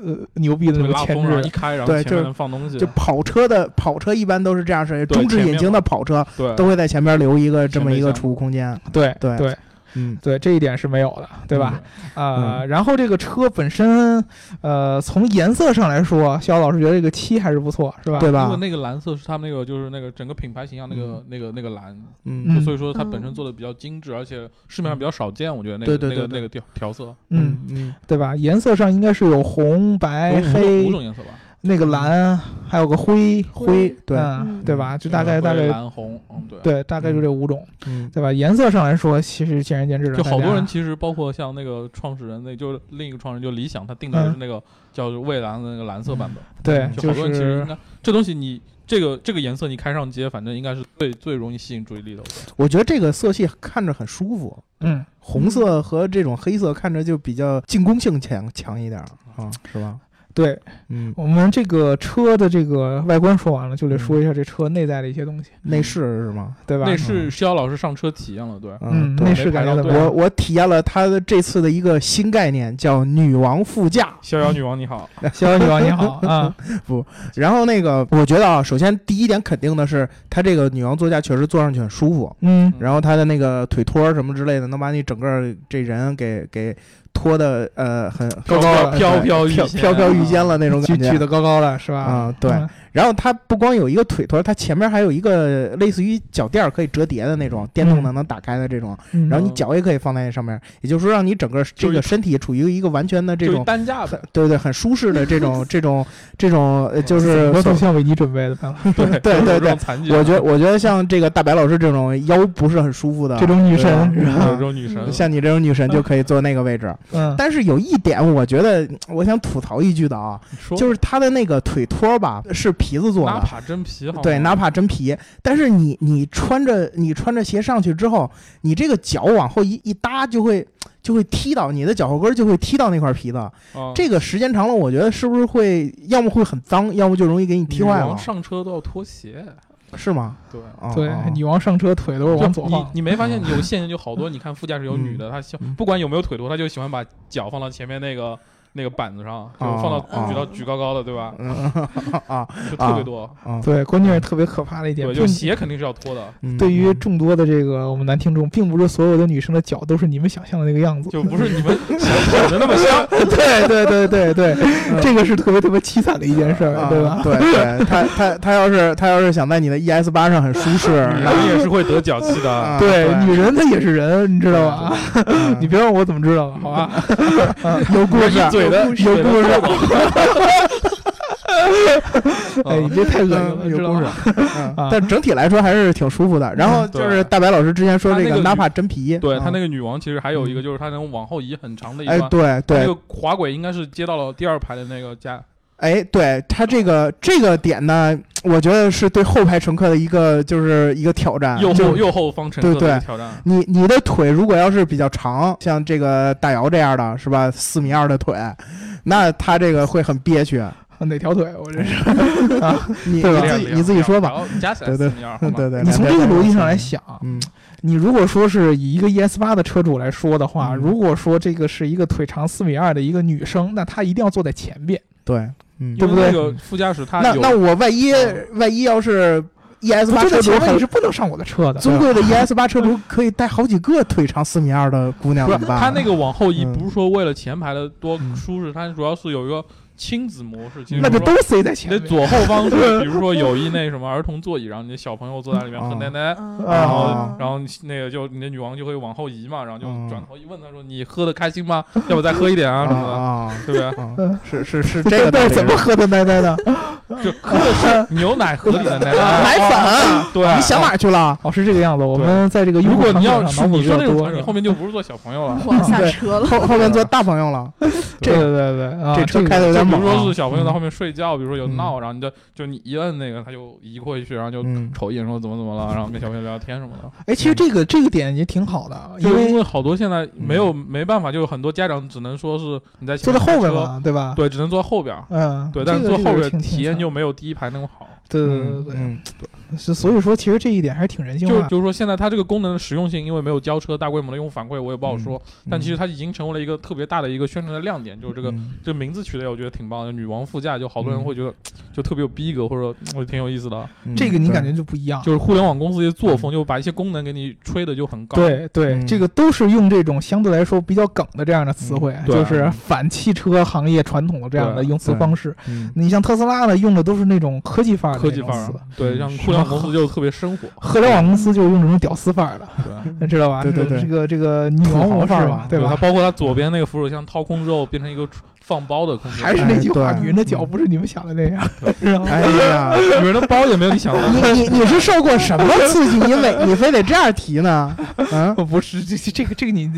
呃牛逼的
特
那
别
种
拉
前
风，然后一
置，
开，然后
对
前面
就
能放东西，
就跑车的跑车一般都是这样式，
对
中置
前面
引擎的跑车
对，
都会在前边留一个这么一
前
个
备箱
储物空间。
啊
对
对
对
嗯，
对，这一点是没有的，对吧？
嗯？
啊、然后这个车本身，呃，从颜色上来说，肖老师觉得这个漆还是不错，是吧？嗯
对
因为
吧？
那个蓝色是他们那个就是那个整个品牌形象那个那个那个蓝，
嗯
所以说它本身
嗯
做的比较精致，而且市面上比较少见，我觉得那
对
个
对
那
对
个
对
那个调调色，
嗯，
嗯
对吧？颜色上应该是有红、
有
白、
五种五
哎黑，
种颜色吧，
那个蓝，还有个灰，
灰对
啊
嗯
嗯
对吧？就大概
灰
大概
蓝红，嗯对。
对，大概就这五种，
嗯
对吧？颜色上来说，其实见仁见智了。
就好
大家
多人其实包括像那个创始人，那就是另一个创始人，就理想，他定的就是那个叫蔚蓝的那个蓝色版本。
对，
就好多人其实
是
应该这东西你这个这个颜色你开上街，反正应该是最最容易吸引注意力的。我觉得
我觉得这个色系看着很舒服，
嗯，
红色和这种黑色看着就比较进攻性强强一点儿啊，是吧？
对
嗯，
我们这个车的这个外观说完了，就得
嗯
说一下这车内在的一些东西，
内饰是吗？
对吧？
那是肖老师上车体验了，对，
嗯，
对
内饰感觉怎么
我
样？
我体验了它的这次的一个新概念，叫女王副驾。
逍遥女王你 好，
肖女王你好啊，
然后那个，我觉得啊，首先第一点肯定的是，它这个女王座驾确实坐上去很舒服，
嗯
然后它的那个腿托儿什么之类的，能把你整个这人给给拖的呃很高高了对
飘飘飘欲
飘
仙
飘飘欲仙
啊
了那种
举
感
举
觉。
得高高的是吧？
啊对
嗯
然后它不光有一个腿托儿，它前面还有一个类似于脚垫儿可以折叠的那种电动的能打开的这种，
嗯
然后你
嗯
脚也可以放在那上面，也就是说让你整个这
就是
个身体处于一个完全的这
就
种
是单价
很
呗，
对对，很舒适的这种这种这种，呃就
我
是
都
所
像为你准备的办法，
对
对 对对
残疾，
我觉得我觉得像这个大白老师这种腰不是很舒服的
这种女神，
啊对吧
有这种女
嗯
神，
像你这种女神就可以坐那个位置。
嗯，
但是有一点，我觉得我想吐槽一句的啊，
你说
就是她的那个腿托吧是皮子做
纳
的。
帕真皮好吗，
对，哪怕真皮，但是你你穿着你穿着鞋上去之后，你这个脚往后一一搭，就会就会踢到你的脚后跟，就会踢到那块皮
哦
子。
啊
这个时间长了，我觉得是不是会要么会很脏，要么就容易给你踢
女
坏
王
了，
上车都要脱鞋，
是吗？
对。
啊
对
啊，
女王上车腿都是往左
就你
晃，
你没发现有现象就好多？你看副驾驶有女的，她喜
嗯
不管有没有腿托，她就喜欢把脚放到前面那个那个板子上，就放到
啊
举到举高高的，对吧？
嗯啊啊
就特别多。
啊！
对，关键是特别可怕的一点，
对，
就
就是鞋肯定是要脱的，
嗯
对于众多的这个我们男听众，并不是所有的女生的脚都是你们想象的那个样子，
就不是你们想的那么 像。
对哎对对对对，这个是特别特别凄惨的一件事儿，
啊
对吧？
对对，他他他要是他要是想在你的 ES 八上很舒适，
女
那
人也是会得脚气的。
啊
对，女人她也是人，你知道吧？
嗯
你别问我怎么知道的，好吧？
有故事，
嘴的
有故事，
哎，你别太恶心了，
嗯有
知道
故事
吧？，
嗯但整体来说还是挺舒服的。然后就是
啊对
大白老师之前说这
他那个
纳帕真皮，
对
啊嗯
她那个女王其实还有一个，就是她能往后移很长的一
哎
段。
对
她那
对
个滑轨应该是接到了第二排的那个驾
哎对，他这个这个点呢，我觉得是对后排乘客的一个就是一个挑战，
右
啊就
后右后方乘客
对
的
对
挑战。
你你的腿如果要是比较长，像这个大姚这样的是吧，四米二的腿，那他这个会很憋屈。
哪条腿？我这是。
你你
对吧
自己你自己说吧。，
加起来
对对
四米二，好
对
吗
对对，
你从这个逻辑上来，想，啊
嗯
你如果说是以一个 ES 八的车主来说的话，
嗯
如果说这个是一个腿长四米二的一个女生，那她一定要坐在前边。
对，嗯。
因为
对不对
那个副驾驶他
那
啊有
那我万一
嗯
万一要是 ES 八
坐在
车主
前面你
很
是不能上我的车的。
尊贵的 ES 八车主可以带好几个腿长四米二的姑娘
不是
怎么办？
他那个往后移，
嗯
不是说为了前排的多
嗯
舒适，它主要是有一个亲子模式，其实
那就
比如说
都塞在
你
前
的
面。
左后 方是比如说有一那什么儿童座椅，然后你的小朋友坐在里面
啊
喝奶奶。然后
啊，
然后你那个就你的女王就会往后移嘛，然后就
嗯
转头一问他说：“你喝的开心吗？要不再喝一点啊什么
啊
的，对不对？”
啊啊，
嗯，
是是是
这
这个
个
道理啊
怎么喝的奶奶呢？
就 喝的 是牛奶盒里的奶
奶
茶。
粉，
对，
你想哪儿去 了？
哦，是这个样子。我们在这个
如果你要
是
是你说那种
多
场景，
是
后
吧，
面就不是做小朋友了。
我下车了。
后后面做大朋友了，
对对对对，啊
这车
个
开的有
就
点
比如
猛啊。
说是小朋友在
嗯
后面睡觉，比如说有
嗯
闹，然后你就就你一摁那个，他就移过去，然后就
嗯，
瞅一眼说怎么怎么了，然后跟小朋友聊聊天什么的。
哎，其实这个这个点也挺好的，啊因
就是因
为嗯
为好多现在没有没办法，就是很多家长只能说是你在前
坐在
面
后
开
边
车，
嘛，对吧？
对，只能坐后边儿，
嗯，
对，
这
但是
个
坐
这个
后边
是挺
体验就
挺
没有第一排那么好。
对对对
嗯
对对
嗯，
对，是所以说其实这一点还是挺人性
就
化的。
就是说，现在它这个功能的实用性，因为没有交车大规模的用户反馈，我也不好
嗯
说。但其实它已经成为了一个特别大的一个宣传的亮点，就是这个、
嗯
这名字取的，我觉得挺棒的。女王副驾，就好多人
嗯
会觉得就特别有逼格，或者我挺有意思的。
嗯
这个你感觉
对
就不一样。
就是互联网公司的作风，就把一些功能给你吹的就很高。
嗯对对，
嗯
这个都是用这种相对来说比较梗的这样的词汇，啊
对
就是反汽车行业传统的这样的
对
用词方式。
嗯
你像特斯拉呢，用的都是那种科技范儿的
科
那
技
种
范儿
词，
啊，对，
嗯
像互联网公司就特别生活，
互联网公司就是用这种屌丝范儿的，
对，
你知道吧？
对对对
这个这个女王
土
模式
豪范儿嘛
对
它
吧？
包括它左边那个扶手箱掏空之后变成一个放包的空间，
还是那句话，
哎对
女人的脚不是你们想的那样， 是吧？
哎呀，
女人的包也没有你想 的。
你你你是受过什么刺激？你每你非得这样提呢？
啊
嗯，
不是这这这个这个你，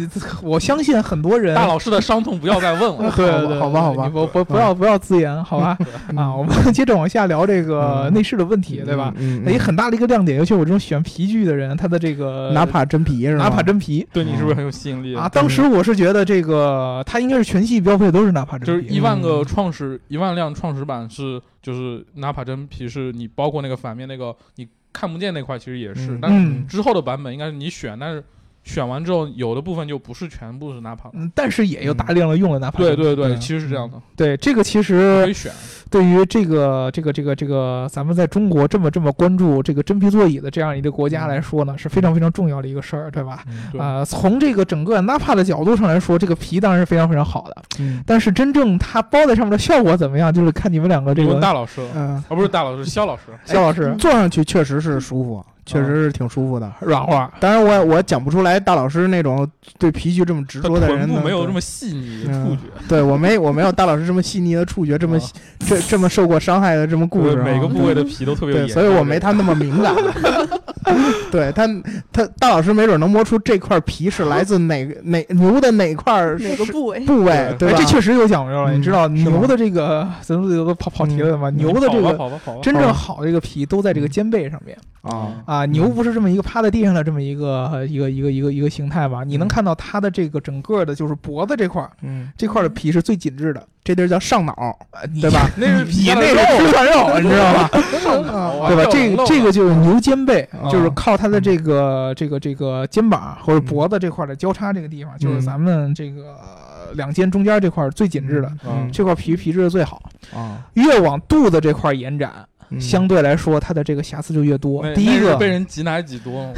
我相信很多人
大老师的伤痛不要再问 了。
对
好吧
对
好吧好吧嗯
你不不不要不要自言，好吧？ 啊，我们接着往下聊这个
嗯
内饰的问题，对吧？
嗯？嗯，
那也很大的一个亮点，尤其我这种喜欢皮具的人，他的这个
哎
哪怕真皮是吧？嗯
纳帕真皮
对你是不是很有吸引力
啊，？当时我是觉得这个它应该是全系标配都是纳帕
就是
真
一
皮，
万个创始，一万辆创始版是，就是哪怕真皮是你包括那个反面那个你看不见那块，其实也是。
嗯
但是
嗯
之后的版本应该是你选，但是选完之后有的部分就不是全部是哪怕。
嗯，但是也有大量的用了纳帕真
对
皮。
对对，
嗯
其实是这样的，
对，这个其
可以
实
选。
对于这个这个这个这个咱们在中国这么这么关注这个真皮座椅的这样一个国家来说呢，是非常非常重要的一个事儿，嗯对吧？
对
啊，从这个整个纳帕的角度上来说，这个皮当然是非常非常好的，
嗯
但是真正它包在上面的效果怎么样，就是看你们两个这
你问
个
大老师了，
嗯，
啊，不是大老师，肖老师。
肖老
嗯
师
坐上去确实是舒服，确实是挺舒服的。
软化。
当然我，我讲不出来大老师那种对皮具这么执
他
着的
臀
人
部
呢，
没有这么细腻的
嗯
触觉，
对我没我没有大老师这么细腻的触觉，这么
啊
这这么受过伤害的这么故事啊，
每个部位的皮都特别有
对，
研究。
所以我没他那么敏 感。对他，他大老师没准能摸出这块皮是来自哪个哪牛的哪块儿
哪个部位？
部位，
对
对吧？
哎，这确实有讲究了。
嗯
你知道
是吗
牛的这个，咱们都跑跑题了嘛？
嗯
牛的这
跑吧
个
跑吧跑吧，
真正好的这个皮都在这个肩背上面
啊，
啊。牛不是这么一个趴在地上的这么一个一个一个一个一个形态嘛？你能看到它的这个整个的，就是脖子这块儿
嗯，
这块儿的皮是最紧致的，
这地儿叫上脑，
呃你
对 吧？
那是皮
你
下
那
的
是
肉
吃涮肉，你知道吗？
啊
对吧？这
肉
个
肉
这个就是牛肩背，
啊
就是靠它的这个这个这个肩膀或者脖子这块儿的交叉这个地方，就是咱们这个呃两肩中间这块儿最紧致的，
嗯
这块皮皮质的最好。
啊，
越往肚子这块延展，
嗯
相对来说它的这个瑕疵就越多
那。
第一
那是
个
被，人挤奶挤多了，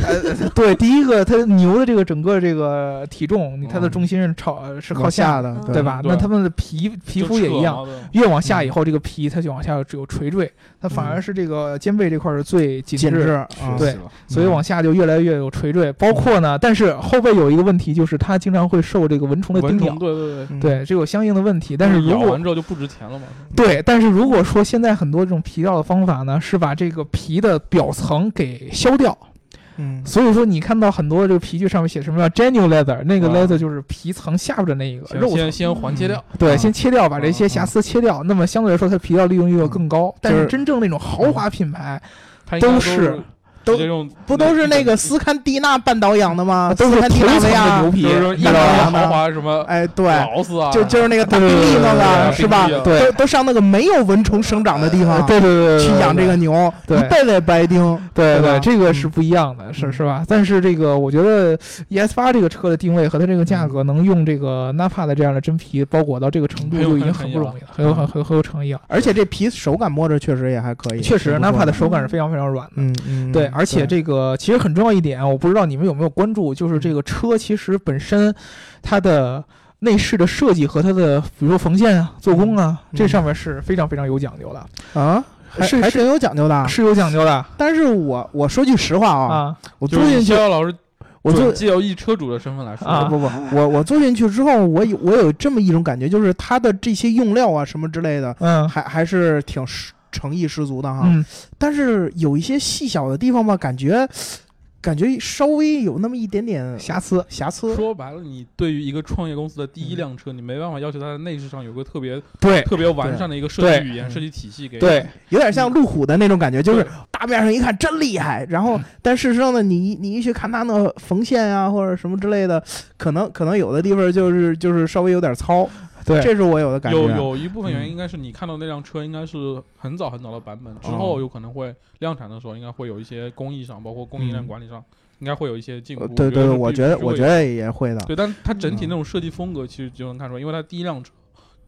对，第一个它牛的这个整个这个体重，你它的
嗯
中心是朝是靠
靠
下
下
的，
的，
对
对吧？
对
那它们的皮皮肤也一样。
就扯嘛。
越往下以后，这个皮它就往下有垂坠，它反而是这个肩背这块是最紧
紧
致
致
的，
啊，
对
学习了
所以往下就越来越有垂坠。包括呢，但是后背有一个问题，就是它经常会受这个蚊虫的叮
蚊
咬
虫，，对对对。
嗯，
对，这有相应的问题。但是如
咬
果
完之后就不值钱了嘛？
对，但是如果说现在很多这种皮料的方法呢，是把这个皮的表层给削掉，
嗯
所以说你看到很多这个皮具上面写什么叫 genuine leather，那个
啊
leather 就是皮层下边的那一个
先
肉嗯层
先。先环切掉，
对，
啊
先切掉，把这些
啊
瑕疵切掉，那么相对来说它皮料利用率就更高。但
就是是
真正那种豪华品牌，
它应该
嗯都是
是直接用
不都是那个
丝，
斯堪的纳半岛养的吗？
啊都
斯
是
堪
头
的纳维
层的
亚
牛，皮，
就是说一
你
那
般
知道吧
的啊豪华什么
哎，对，
劳斯啊，
就就是那个大
对
冰
对
地
对
那
对
个
对
是吧？
对
对
都都上那个没有蚊虫生长的地方，
对对对，对
去养这个，牛，
对
一辈子也不挨叮。
对对
对
对，
吧
这个是不一样的，是是吧？但是这个我觉得 ES 八这个车的定位和它这个价格，能用这个 Napa 的这样的真皮包裹到这个程度，
很有
就已经
很
很
有
不容易了，很有很很很有诚意了。
而且这皮手感摸着确实也还可以，
确实
挺嗯不错
，Napa 的手感是非常非常软的。
嗯嗯，
对，而且这个其实很重要一点，啊我不知道你们有没有关注，就是
嗯
这个车其实本身它的内饰的设计和它的，比如说缝线啊、做工啊，
嗯
这上面是非常非常有讲究的，
啊，还
是
还
是
挺有讲究的。啊
是有讲究的
但是我我说句实话啊，
啊。
我
就
坐
是
进
以
去
逍，遥老师，
我坐
就借由一车主的身份来
啊
说，
不不不，我我坐进去之后，我有我有这么一种感觉，就是它的这些用料啊什么之类的，
嗯，
还还是挺实诚意十足的哈。
嗯，
但是有一些细小的地方吧，感觉感觉稍微有那么一点点
瑕疵。
瑕疵。
说白了，你对于一个创业公司的第
嗯
一辆车，你没办法要求它在内饰上有个特别
对
特别完善的一个设
对嗯
计语言、设计体系给。
对，
有点像路虎的那种感觉，就是
嗯对嗯
大面上一看真厉害，然后但事实上呢，你你一去看它那缝线啊或者什么之类的，可能可能有的地方就是就是稍微有点糙，
对
这是我有的感觉。
有有一部分原
嗯
因应该是你看到那辆车应该是很早很早的版本，之
哦
后有可能会量产的时候，应该会有一些工艺上，包括供应链管理上，应该会有一些进
嗯
步
呃。对对，对我觉得
是
我
会
觉得也会的。
对，呃但它整体
嗯
那种设计风格其实就能看出来，因为它第一辆车，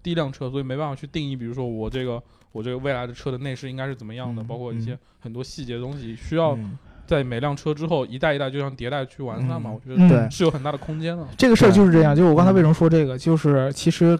第一辆车，所以没办法去定义，比如说我这个我这个未来的车的内饰应该是怎么样的，
嗯
包括一些
嗯
很多细节的东西，需要
嗯
在每辆车之后一代一代就像迭代去完善嘛，
嗯
我觉
嗯
得
对
是有很大的空间的。
这个事儿就是这样。就是我刚才
嗯
为什么说这个，就是其实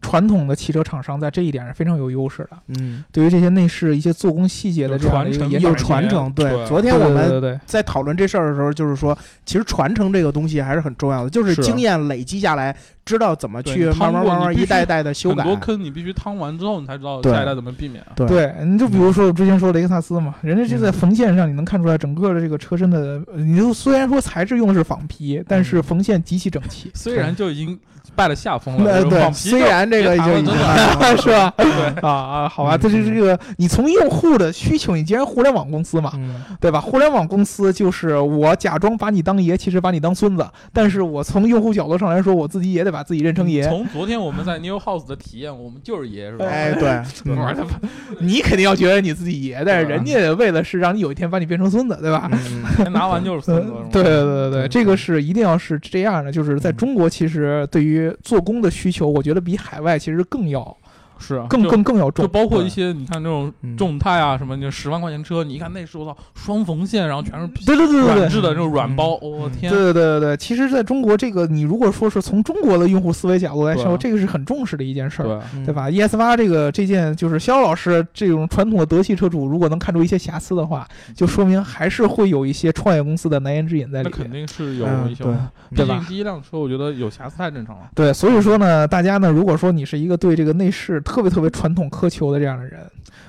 传统的汽车厂商在这一点上非常有优势的。
嗯，
对于这些内饰一些做工细节的
有
这样的一
传
个
承吧
研究
有
有，
传承。
对
对，昨
对
天我
对
们
对对
在讨论这事儿的时候，就是说，其实传承这个东西还是很重要的，就是
是
经验累积下来，知道怎么
对
去
你
慢
趟
慢
过
慢慢
你必
一
须
代一代的修
很
改。
多坑你必须趟完之后，你才知道
对
下一代怎么避免啊。，
对
对，你就比如说我之前说雷克萨斯嘛，人家就在
嗯
缝线上，你能看出来整个的这个车身的，呃你就虽然说材质用的是仿皮，但是
嗯
缝线极其整 齐
虽然就已经败了下风了，
那
就是
呃对，
仿皮
虽
就
然这个已
别
经
谈
已
了
经
真的
是吧？
对
啊啊，好吧，
嗯
这是这个你从用户的需求，你既然互联网公司嘛，
嗯
对吧？互联网公司就是我假装把你当爷，其实把你当孙子，但是我从用户角度上来说，我自己也得把自己
嗯
认成爷。
从昨天我们在 New House 的体验，我们就是爷 是吧？
哎，对，
玩
嗯
的
你肯定要觉得你自己爷，但是人家为的是让你有一天把你变成孙子，对吧？
嗯
拿完就是孙子
嗯，
是吧
对对对对，
对
这个是一定要是这样的，就是在
嗯
中国，其实对于做工的需求，我觉得比海外其实更要
是啊
更
就
更更要
就
重。
包括
对
一些你看这种
嗯
众泰啊什么，就十万块钱车，你一看那时候操双缝线，然后全是皮
对对对对
软
对。
质的那种软包，我、
嗯
天
对！对对对对，其实在中国这个，你如果说是从中国的用户思维角度来
对
说，
啊
这个是很重视的一件事儿，
对，
嗯
对吧？ES 八这个这件就是肖老师这种传统的德系车主，如果能看出一些瑕疵的话，就说明还是会有一些创业公司的难言之隐在
那
里
肯
面。
定是有
嗯
一些
对
问题，毕
对
竟
吧
第一辆车我觉得有瑕疵太正常了。
对，所以说呢，大家呢，如果说你是一个对这个内饰特别特别传统苛求的这样的人，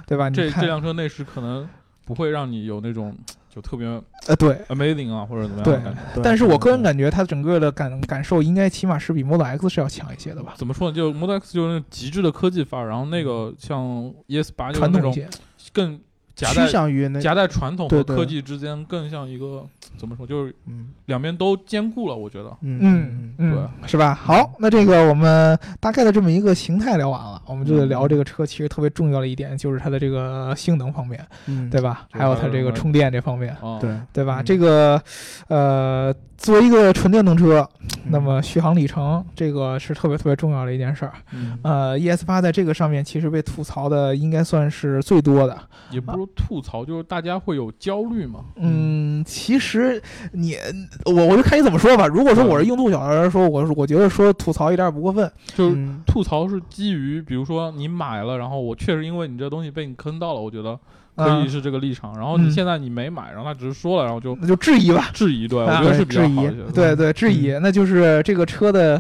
对吧？你
这
看
这辆车内饰可能不会让你有那种就特别
呃，对，
amazing 啊或者怎么样
对嗯
的感觉。
对嗯
但是我个人感觉它整个的感感受应该起码是比 Model X 是要强一些的吧，
怎么说呢？就 Model X 就是那种极致的科技范儿，然后那个像 ES 八就是
传
那
统
种
一些。
更夹
趋
带
向于那，
夹带传统
对
和
对
科技之间，更像一个怎么说，就是
嗯
两边都兼顾了。我觉得，
嗯
嗯
嗯
嗯，是吧？好，那这个我们大概的这么一个形态聊完了，我们就得聊这个车其实特别重要的一点，就是它的这个性能方面，
嗯，
对吧？还有它这个充电这方面，
啊、
对，
对吧？
嗯
这个呃，作为一个纯电动车，
嗯
那么续航里程这个是特别特别重要的一件事儿。
嗯
呃，ES 八在这个上面其实被吐槽的应该算是最多的。
也不是吐槽，就是大家会有焦虑嘛。
嗯，其实你我我就看你怎么说吧。如果说我
嗯
是用户角度来说，我是我觉得说吐槽一点儿也不过分。
就是
嗯
吐槽是基于，比如说你买了，然后我确实因为你这东西被你坑到了，我觉得
啊
可以
嗯
是这个立场。然后你
嗯
现在你没买，然后他只是说了，然后就
那就质疑吧。
质疑，对我觉
啊
得
对
是比较
质疑
好一些的。
对对，质
嗯
疑，那就是这个车的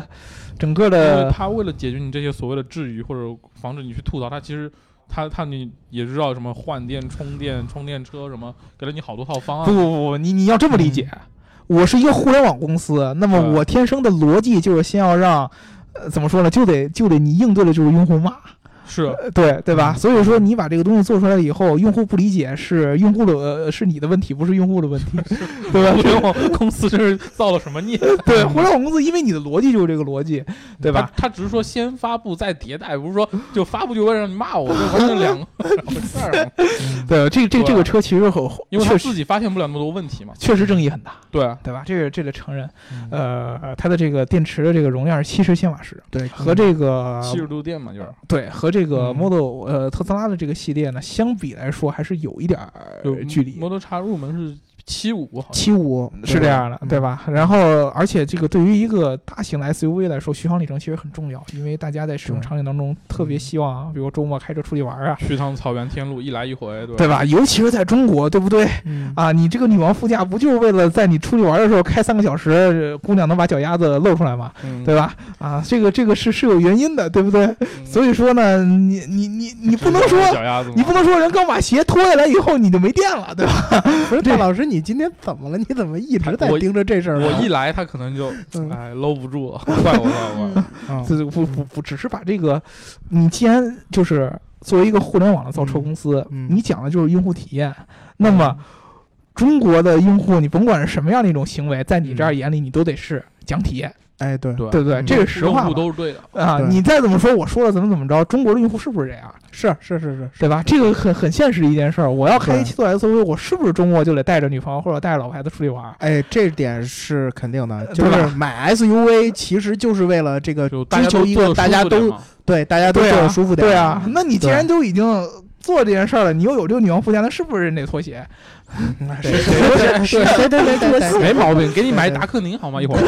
整个
因为
的，
他为了解决你这些所谓的质疑或者防止你去吐槽，他其实他他你也知道什么换电、充电、充电车什么，给了你好多套方
不
案。
不不，你你要这么理解，
嗯
我是一个互联网公司，那么
对
我天生的逻辑就是先要让。呃，怎么说呢？就得就得你应对的就是用户骂，
是，
呃对对吧？
嗯
所以说你把这个东西做出来以后，用户不理解是用户的呃是你的问题，不是用户的 问题， 对吧？
互联网公司这是造了什么孽？
对，互联网公司因为你的逻辑就是这个逻辑，对吧？
他？他只是说先发布再迭代，不是说就发布就为了让你骂我，这完全 两个两回事儿嘛。
嗯
对，这这
对
这个车其实很，
因为他
确
自
实啊
己发现不了那么多问题嘛。
确实争议很大，
对，
对吧？这个这得承认。
嗯
呃，它的这个电池的这个容量是七十千瓦时，
对
和这
嗯
个
七十度电嘛，就是
对和这个
嗯
Model 呃特斯拉的这个系列呢相比来说，还是有一点儿
有
距离。
摩托叉入门是七五好像
七五
是这样的，对
吧？
吧？
嗯
然后，而且这个对于一个大型的 SUV 来说，续航里程其实很重要，因为大家在使用
对
场景当中特
嗯
别希望，比如周末开车出去玩啊，
去趟草原天路，一来一回，对吧？
对吧？尤其是在中国，对不对？
嗯
啊，你这个女王副驾不就是为了在你出去玩的时候开三个小时，呃姑娘能把脚丫子露出来吗？
嗯，
对吧？啊，这个这个是是有原因的，对不对？
嗯
所以说呢，你你你你不能
就是
说
这。种脚丫子吗，
你不能说人刚把鞋脱下来以后你就没电了，对吧？
不是
这
大老师，你今天怎么了？你怎么一直在
我
盯着这事儿啊？
我一来他可能就
嗯
哎搂不住 了，怪我怪我怪
嗯
我，
嗯
这不不不，只是把这个，你既然就是作为一个互联网的造车公司，
嗯嗯
你讲的就是用户体验，那
嗯
么中国的用户，你甭管是什么样的一种行为，在你这儿眼里你都得是讲体验，
哎，对，
对
对不对？
嗯
这是实话
用户
嘛
都是对的，
啊！
对
你再怎么说，我说了怎么怎么着，中国的用户是不是这样？
是是是是，
对吧？这个很很现实的一件事儿。我要开
对
一七座 SUV，我是不是周末就得带着女朋友或者带着老婆孩子出去玩儿？
哎，这点是肯定的，就
对吧
是买 SUV 其实就是为了这
呃
个
就大
追
家
求
都
一
坐
个
得
大
舒
家
服点
都
嘛
对大家都
对
坐
啊
得舒服点，
对啊，那你既
对
然都已经做这件事儿了，你又有这个女王附加，那是不是人得脱鞋？
嗯
对
是是
对
是是对对对对对
没哎毛病，给你
哎
买
对对
达克宁好吗？一会儿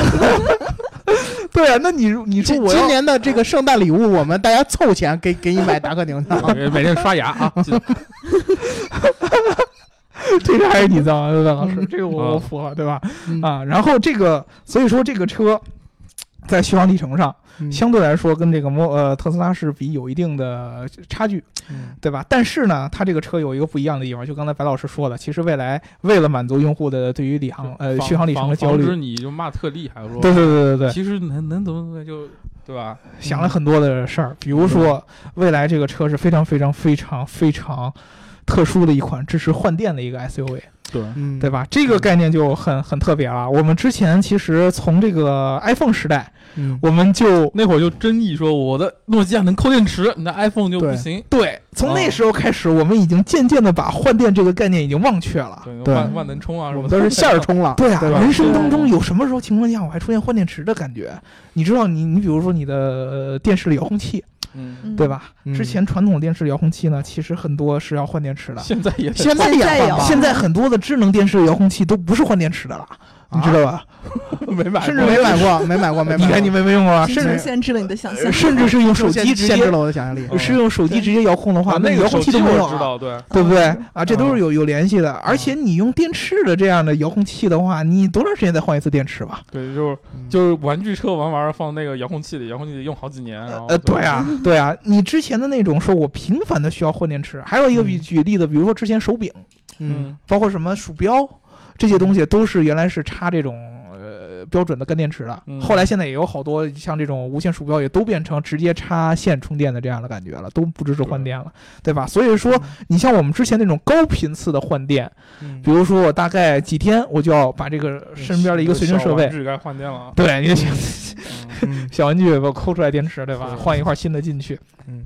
对啊，那你你说
今
我要
今年的这个圣诞礼物，我们大家凑钱给给你买达克宁的。
我啊给每天刷牙啊，
呃
记得
这个还是你脏，对吧，老师？
嗯
这个我
啊
我服了，对吧？
嗯
啊，然后这个，所以说这个车在续航里程上
嗯
相对来说跟这个摩呃特斯拉是比有一定的差距，
嗯
对吧？但是呢，它这个车有一个不一样的地方，就刚才白老师说的，其实未来为了满足用户的对于里
就
航呃
防
续航里程的
防
焦
防止
虑，
你就骂特例，还有说
对对对对对，
其实能能怎么怎么就对吧？
想了很多的事儿，
嗯
比如说未来这个车是非常非常非常非常特殊的一款支持换电的一个 SUV。
对，
嗯
对吧？这个概念就很很特别了。我们之前其实从这个 iPhone 时代，
嗯
我们就
那会儿就争议说我的诺基亚能抠电池，你的 iPhone 就不
对
行。
对，从那
哦
时候开始，我们已经渐渐的把换电这个概念已经忘却了。
对，
对
万万能充啊什
我
么
们
的，
都是 线儿充了，
对啊，
对吧
人生当中有什么时候情况下我还出现换电池的感觉？你知道你，你比如说你的呃电视里遥控器，
嗯，
对吧？
嗯
之前传统电视遥控器呢，其实很多是要换电池的。
现在也
现在
现在
也
也
啊换吧
换
现在很多的智能电视遥控器都不是换电池的了，你知道吧？
没买过，
甚至
没买过，没买过，没买过。
你看你们没用过啊，
贫
甚
穷
至
限制了你的想象，
甚至是用手
手
机
机
直
限
接
制了我的想象力。
嗯
是啊用手机直接遥控的话，
啊
那
那
你
个
遥
手
控器
机
都没有
我
啊
知道，嗯对，
对不对
嗯
啊？这都是有有联系的。而且你用电池的这样的遥控器的话，你多长时间再换一次电池吧？
对，就是
嗯
就是玩具车玩玩儿放那个遥控器里，遥控器里用好几年，然后
呃，对啊，对啊，你之前的那种说我频繁的需要换电池，还有一个比
嗯
举例子，比如说之前手柄，
嗯，
包括什么鼠标这些东
嗯
西，都是原来是插这种。呃，标准的干电池的，
嗯
后来现在也有好多像这种无线鼠标也都变成直接插线充电的这样的感觉了，都不支持换
对嗯
电了，对吧？所以说，你像我们之前那种高频次的换电，
嗯
比如说我大概几天我就要把这个
嗯
身边的一个随身设备，
这该换电了啊。
对，你的小
嗯
嗯
小玩具给我抠出来电池，对吧？
是
换一块新的进去，
嗯，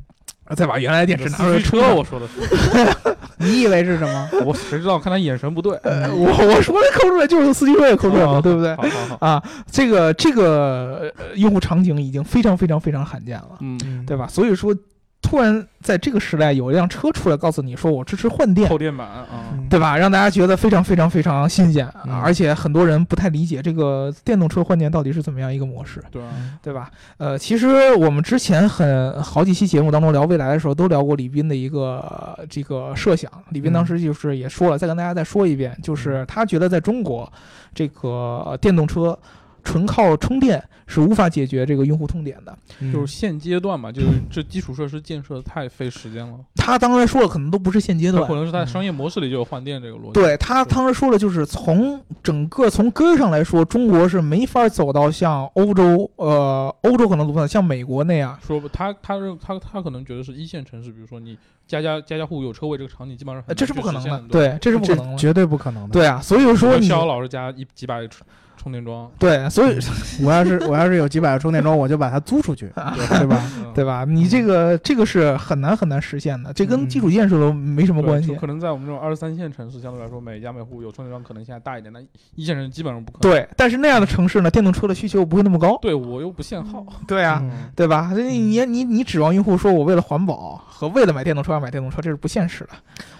再把原来的 电池拿出来
四驱
充
车，
上。
我说的是，
你以为是什么？
我谁知道？看他眼神不对，嗯
呃，我我说的抠出来就是司机车也抠出来嘛，对不对？
哦好好好，
啊，这个这个呃用户场景已经非常非常非常罕见了，
嗯，
嗯
对吧？所以说，突然在这个时代有一辆车出来告诉你说我支持换电，
后电板啊，
嗯
对吧？让大家觉得非常非常非常新鲜，啊
嗯
而且很多人不太理解这个电动车换电到底是怎么样一个模式，
对啊，
对吧？呃，其实我们之前很好几期节目当中聊未来的时候，都聊过李斌的一个呃这个设想。李斌
嗯
当时就是也说了，再跟大家再说一遍，就是他觉得在中国，这个呃电动车纯靠充电是无法解决这个用户痛点的。
嗯
就是现阶段嘛，就是这基础设施建设太费时间了，
他当然说了，可能都不是现阶
它
段
可。能是在商业模式里就有换电这个逻辑。
对他当时说了，就是从整个从根儿上来说，中国是没法走到像欧洲，呃，欧洲可能做不到像美国那样，
说不，他他认他他可能觉得是一线城市，比如说你家家家家户户有车位这个场景，基本上
呃
很
这是
难去
不可能
实现
的
的。，
对，这是不可能
这
的。
绝对不可能的。
对啊，所以说
比如
你
逍遥老师家一几百车充电桩，
对，所
嗯
以
我要是我要是有几百个充电桩，我就把它租出去，对吧？
嗯
啊对吧？你这个这个是很难很难实现的，这跟
嗯
基础建设都没什么
对
关
就
系。
可能在我们这种二三线城市，相对来说每家每户有充电桩可能性还大一点，但一线城市基本上不可能。
对，但是那
嗯
样的城市呢，电动车的需求不会那么高。
对，我又不限号，
对啊，
嗯
对吧？这你你你指望用户说我为了环保和为了买电动车而买电动车，这是不现实的。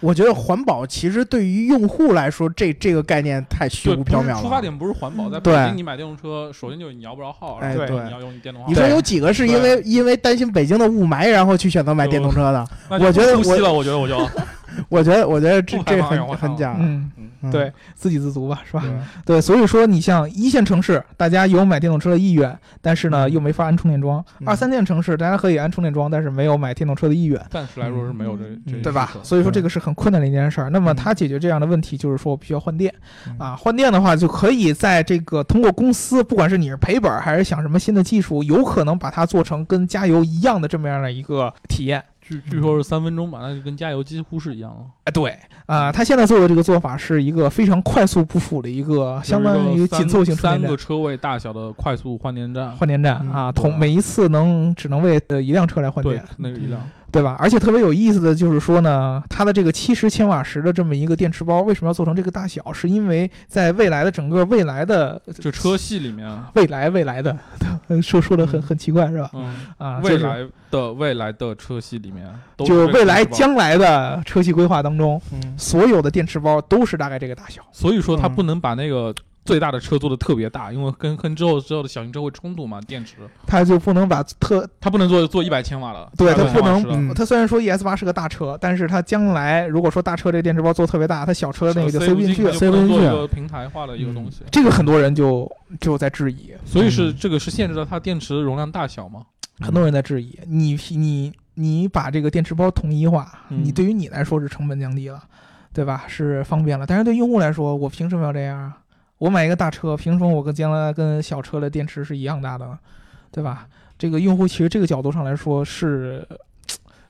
我觉得环保其实对于用户来说，这这个概念太虚
对，
无
不
缥
是
缈了。
出发点不是环保，在
对
北京你买电动车，首先就是你摇不着号，
哎
然后
对
你要用电动号。
你说
对
有几个是因为因为担心北京的雾霾，然后去选择买电动车的？
那就
我觉得
不
我
吸了，我觉得 我就
我觉得，我觉得这
不排
这
放二氧
很
化
很
碳
假。
嗯，
嗯
对，自给自足吧，是吧？
对
对，所以说你像一线城市，大家有买电动车的意愿，但是呢
嗯
又没法安充电桩；
嗯
二三线城市，大家可以安充电桩，但是没有买电动车的意愿，
暂时来说是没嗯有这这
嗯
对吧
需求？
所以说这个是很困难的一件事儿。那么它解决这样的问题，就是说我必须要换电
嗯
啊，换电的话就可以在这个通过公司，不管是你是赔本儿还是想什么新的技术，有可能把它做成跟加油一样的这么样的一个体验。
据据说是三分钟吧，那就跟加油几乎是一样了。
哎，对啊、
嗯
它现在做的这个做法是一个非常快速部署的一个，相当于
就是一个
紧凑型充
三三
电站
个。车位大小的快速换电站，
换电站
嗯
啊，
对
同每一次能只能为呃一辆车来换
对
电，，
那是一辆。
对吧？而且特别有意思的就是说呢，它的这个七十千瓦时的这么一个电池包，为什么要做成这个大小？是因为在未来的整个未来的呃
就车系里面，
未来未来的 说说的很
嗯
很奇怪是吧？
嗯，
啊，
未
就是
来的未来的车系里面，都
就是是未来
这个
将来的车系规划当中，
嗯
所有的电池包都是大概这个大小。
所以说它
嗯
不能把那个最大的车做的特别大，因为跟跟之后之后的小型车会冲突嘛，电池
它就不能把特
它不能做做一百千瓦了，
对
100
它不
千
能
瓦时了
嗯
它虽然说 ES 八是个大车，但是它将来如果说大车这电池包做特别大，它小车那个就
所以
塞不啊进去
它
了
就。
塞不
能
进
做一
去
个平台化的一个东西，
这个很多人就就在质疑，
所以是
嗯
这个是限制了它电池的容量大小嘛？
很多人在质疑
嗯
你你你把这个电池包统一化，
嗯
你对于你来说是成本降低了，对吧？是方便了，但是对用户来说，我凭什么要这样啊？我买一个大车，凭什么我跟将来跟小车的电池是一样大的呢？对吧？这个用户其实这个角度上来说是呃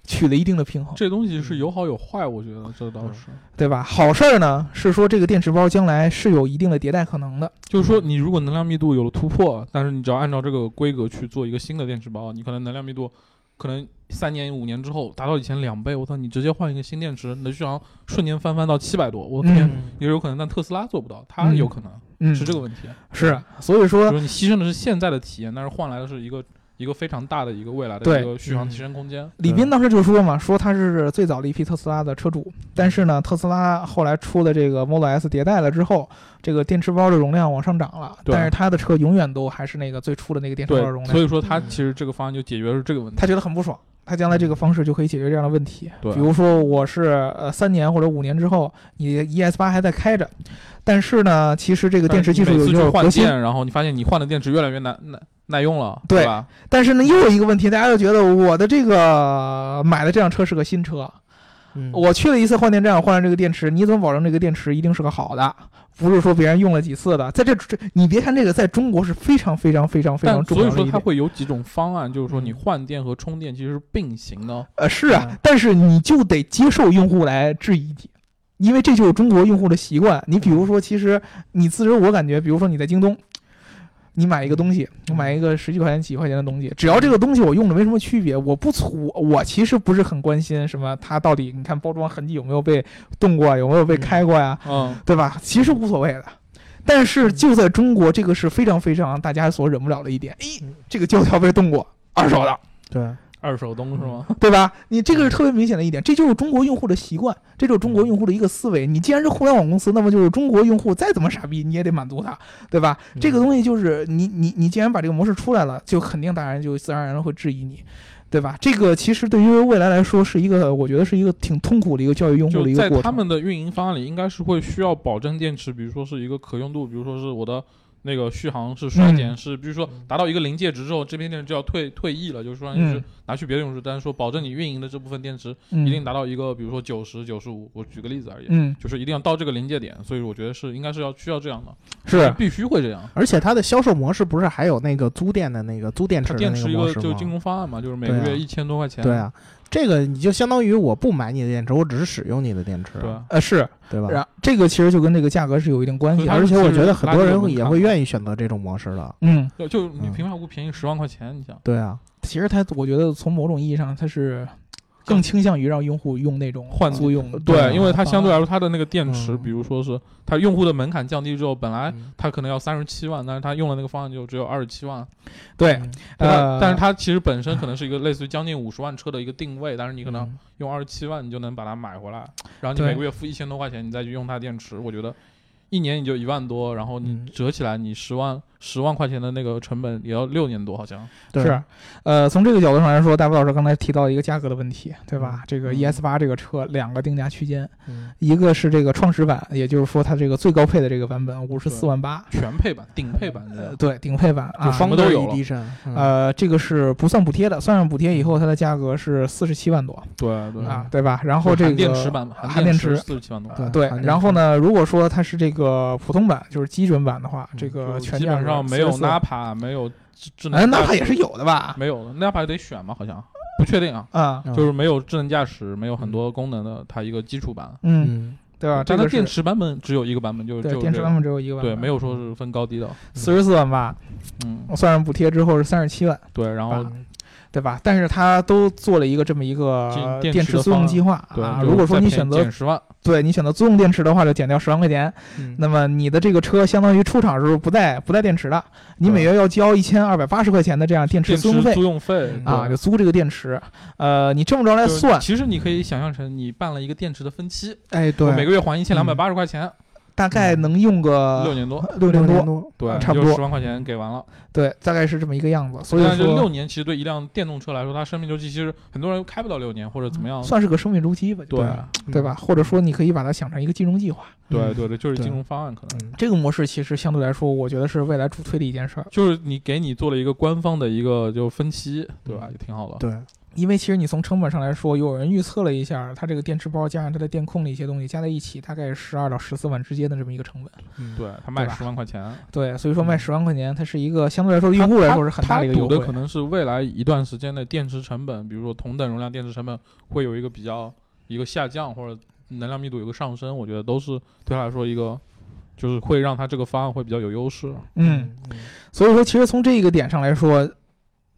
取了一定的平衡，
这东西是有好有坏，我觉得这倒是，
对吧？好事儿呢是说这个电池包将来是有一定的迭代可能的，
就是说你如果能量密度有了突破，但是你只要按照这个规格去做一个新的电池包，你可能能量密度可能。三年五年之后达到以前两倍，我操！你直接换一个新电池，你的续航瞬间翻番到七百多，我天，
嗯
也有可能，但特斯拉做不到，它有可能、
嗯，
是这个问题。啊
是，啊所以说
就是你牺牲的是现在的体验，但是换来的是一个一个非常大的一个未来的
对嗯
一个续航提升空间。
李斌当时就说嘛，说他是最早的一批特斯拉的车主，但是呢，特斯拉后来出了这个 Model S 迭代了之后，这个电池包的容量往上涨了，
对
但是他的车永远都还是那个最初的那个电池包的容
对，所
量，
以说它其实这个方案就解决的是这个问题。
他觉得很不爽。他将来这个方式就可以解决这样的问题，
对
比如说我是呃三年或者五年之后，你 ES 八还在开着，但是呢，其实这个电池技术
但是你
有一
每次去
个
换
革新，
电，然后你发现你换的电池越来越难耐耐用了，
对
吧？
但是呢又有一个问题，大家就觉得我的这个买的这辆车是个新车，
嗯
我去了一次换电站，我换了这个电池，你怎么保证这个电池一定是个好的？不是说别人用了几次的，在这这，你别看这个，在中国是非常非常非常非常
但
重
所
要
以
的
说
一
它
点。
会有几种方案，就是说你
嗯
换电和充电其实是并行的。
呃，是啊
嗯，
但是你就得接受用户来质疑你，因为这就是中国用户的习惯。你比如说，其实你自身我感觉，比如说你在京东，你买一个东西，
嗯
买一个十几块钱、几块钱的东西，只要这个东西我用着没什么区别，我不粗，我其实不是很关心什么它到底你看包装痕迹有没有被动过啊，有没有被
嗯
开过呀、
嗯，
对吧？其实无所谓的。但是就在中国，这个是非常非常大家所忍不了的一点。咦
嗯，
这个胶条被动过，二手的，
对，
二手东是吗？
对吧？你这个是特别明显的一点，这就是中国用户的习惯，这就是中国用户的一个思维。你既然是互联网公司，那么就是中国用户再怎么傻逼，你也得满足他，对吧？
嗯
这个东西就是你你你既然把这个模式出来了，就肯定大家就自然而然地会质疑你。对吧？这个其实对于未来来说是一个，我觉得是一个挺痛苦的一个教育用户
就
的一个
在
过程。
他们的运营方案里，应该是会需要保证电池，比如说是一个可用度，比如说是我的那个续航是衰减，
嗯
是比如说达到一个临界值之后，这片电池就要退退役了，就是说
嗯
就是拿去别的用途，但是说保证你运营的这部分电池
嗯
一定达到一个，比如说九十九十五，我举个例子而已，
嗯
就是一定要到这个临界点，所以我觉得是应该是要需要这样的，
是
必须会这样。
而且它的销售模式不是还有那个租电的那个租电池
它
的
电
那
池
个
一
模
个
式
就
吗
进攻方案嘛，就是每
对
个
啊
月一千多块钱。
对啊，这个你就相当于我不买你的电池，我只是使用你的电池。
对啊，
呃，是
对吧？
然这个其实就跟这个价格嗯是有一定关系
对
的，
它
而且我觉得很多人
是
会
拉低我们
也
看
会愿意选择这种模式的。
嗯，
对，就你
嗯
平白无故便宜十万块钱，你想，
对啊，
其实它我觉得从某种意义上它是更倾向于让用户用那种
换
租用的方案，
对，因为它相对来说它的那个电池，
嗯
比如说是它用户的门槛降低之后，本来
嗯
它可能要三十七万，但是它用了那个方案就只有二十七万，
对，
嗯
对吧
呃，
但是它其实本身可能是一个类似于将近五十万车的一个定位，但是你可能
嗯
用二十七万你就能把它买回来，然后你
嗯对
每个月付一千多块钱，你再去用它电池，我觉得一年你就一万多，然后你
嗯
折起来你十万十万块钱的那个成本也要六年多，好像
对啊
是，呃，从这个角度上来说，大夫老师刚才提到一个价格的问题，对吧？这个
嗯
ES 八这个车两个定价区间，
嗯
一个是这个创始版，也就是说它这个最高配的这个版本五十四万八，
全配版、顶配版
呃，
的，
对，顶配版啊
就，方
么都有了
edition，嗯
呃，这个是不算补贴的，算上补贴以后，它的价格是四十七万多
对对
啊，，对吧？然后这
含
个
电池版嘛，
含电池
四十七万多。
对
呃对
含，电
然
池
后呢，如果说它是这个普通版，就是基准版的话，
嗯
这个
就
呃全
基
价
本上
格
没有
44
NAPA，没有智智能
哎，
驾
哪
驶
怕也是有的吧？
没有了，NAPA 得选嘛，好像不确定啊，
啊，
嗯
就是没有智能驾驶，没有很多功能的它一个基础版，
嗯，
嗯，
对吧？这
但它
个
电
是
池版本只有一个版本，就
对
就
电池版本只有一个版本，嗯哦
对，没有说是分高低的，
四十四万八，
嗯，
我算上补贴之后是三十七万，
对，然后
吧对吧？但是它都做了一个这么一
进
个
电
电
池的
池租用计划
对
啊。，
就是
如果说
再
你
便宜
选择
减十万，
对你选择租用电池的话，就减掉十万块钱。
嗯
那么你的这个车相当于出厂时候不带不带电池的，你
对
每月要交一千二百八十块钱的这样电池
电
租
池
用费
租用费
嗯
啊，
对
就租这个电池。呃，你这么着来
就是
算，
其实你可以想象成你办了一个电池的分期，
哎，
我
对，
每个月还一千两百八十块钱，
大概能用
六
个
年多，
六
六
年
年
多，
多，
对，
啊嗯差不
就
多
十万块钱给完了。
对，大概是这么一个样子。所以
但是六
说，
年其实对一辆电动车来说，它生命周期其实很多人开不到六年或者怎么样。
算是个生命周期吧，就
对啊
嗯
是对吧？或者说，你可以把它想成一个金融计划。
对对对，就是
对
金融方案可能。
嗯？
这个模式其实相对来说，我觉得是未来助推的一件事儿，
就是你给你做了一个官方的一个就分期，对
嗯
吧？也挺好的。
对，
因为其实你从成本上来说，有人预测了一下，它这个电池包加上它的电控的一些东西加在一起，大概十二到十四万之间的这么一个成本。
嗯，
对他卖
对吧
十万块钱，
对，所以说卖十万块钱，它是一个相对来说对用户来说是很大
他
的一
嗯
个
赌
优
的
惠。
可能是未来一段时间的电池成本，比如说同等容量电池成本会有一个比较一个下降，或者能量密度有个上升，我觉得都是对他来说一个，就是会让他这个方案会比较有优势。
嗯，所以说，其实从这个点上来说，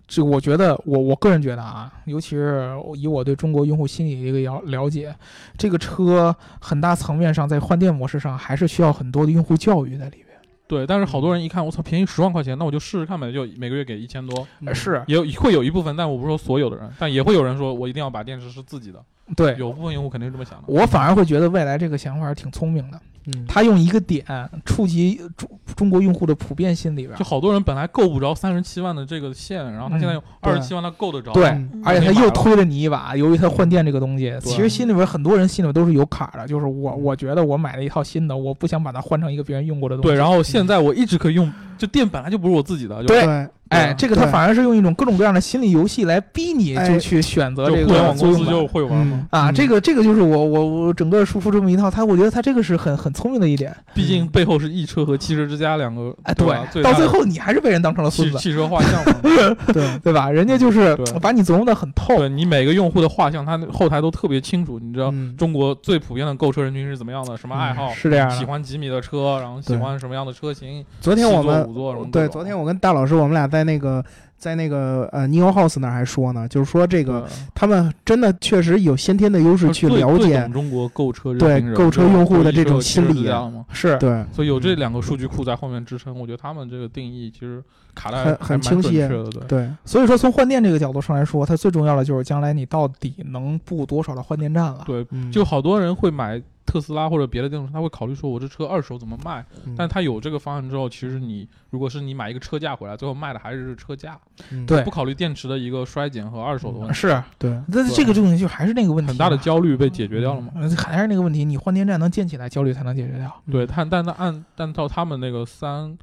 这我觉得我我个人觉得啊，尤其是以我对中国用户心理的一个了了解，这个车很大层面上在换电模式上还是需要很多的用户教育在里边。
对，但是好多人一看，我操，便宜十万块钱，那我就试试看呗，就每个月给一千多，
嗯，
呃是
也有会有一部分，但我不是说所有的人，但也会有人说我一定要把电池是自己的，
对。
有部分用户肯定是这么想的。
我反而会觉得未来这个想法挺聪明的，
嗯，
他用一个点触及中中国用户的普遍心理边
就，好多人本来够不着三十七万的这个线，然后他现在用二
对
十七万，他够得着。
对
嗯，
而且他又推了你一把。由于他换电这个东西，其实心里边很多人心里边都是有坎儿的，就是我我觉得我买了一套新的，我不想把它换成一个别人用过的东西。
对，然后现在我一直可以用，就电本来就不是我自己的，就
对
对，
哎，
对
这个他
对
反而是用一种各种各样的心理游戏来逼你
哎
就去选择
就
这
互联
个
网
租
公司
用
就
版。
会玩
嗯
嘛。
啊，这个这个就是我我我整个输出这么一套，他我觉得他这个是很很聪明的一点，
毕竟背后是易车和汽车之家两个，
哎，
吧？
对，
大
到
的
最后你还是被人当成了孙
汽
子，
汽车画像 嘛，
嗯对，
对吧？人家就是
嗯对
把你琢磨的很透，
对你每个用户的画像，他那后台都特别清楚，你知道
嗯
中国最普遍的购车人群是怎么样的，什么爱好，
是这样
喜
的，
欢几米的车，然后喜
对
欢什么样的车型，
昨
七
天我
座、
们
五座什么各种。
对，昨天我跟大老师，我们俩在那个在那个呃 Neo House 那儿还说呢，就是说这
这
个他们真的确实有先天的优势去了解，
中国购车人
对
群人
购车用户的这种心理啊嗯
就是一车之家嘛
是
对，
所以有这两个数据库在后面支撑，我觉得他们这个定义其实卡的
很很清晰
的，对。
对，
所以说，从换电这个角度上来说，它最重要的就是将来你到底能布多少的换电站了。
对，
嗯
就好多人会买特斯拉或者别的电动车，他会考虑说我这车二手怎么卖，
嗯
但他有这个方案之后，其实你如果是你买一个车价回来，最后卖的还是车价，
嗯
对
不考虑电池的一个衰减和二手的问题，
嗯是，
对，
那这个东西就还是那个问题嘛，
很大的焦虑被解决掉了嘛。
嗯，还是那个问题，你换电站能建起来，焦虑才能解决掉。
对，但但他按按照他们那个三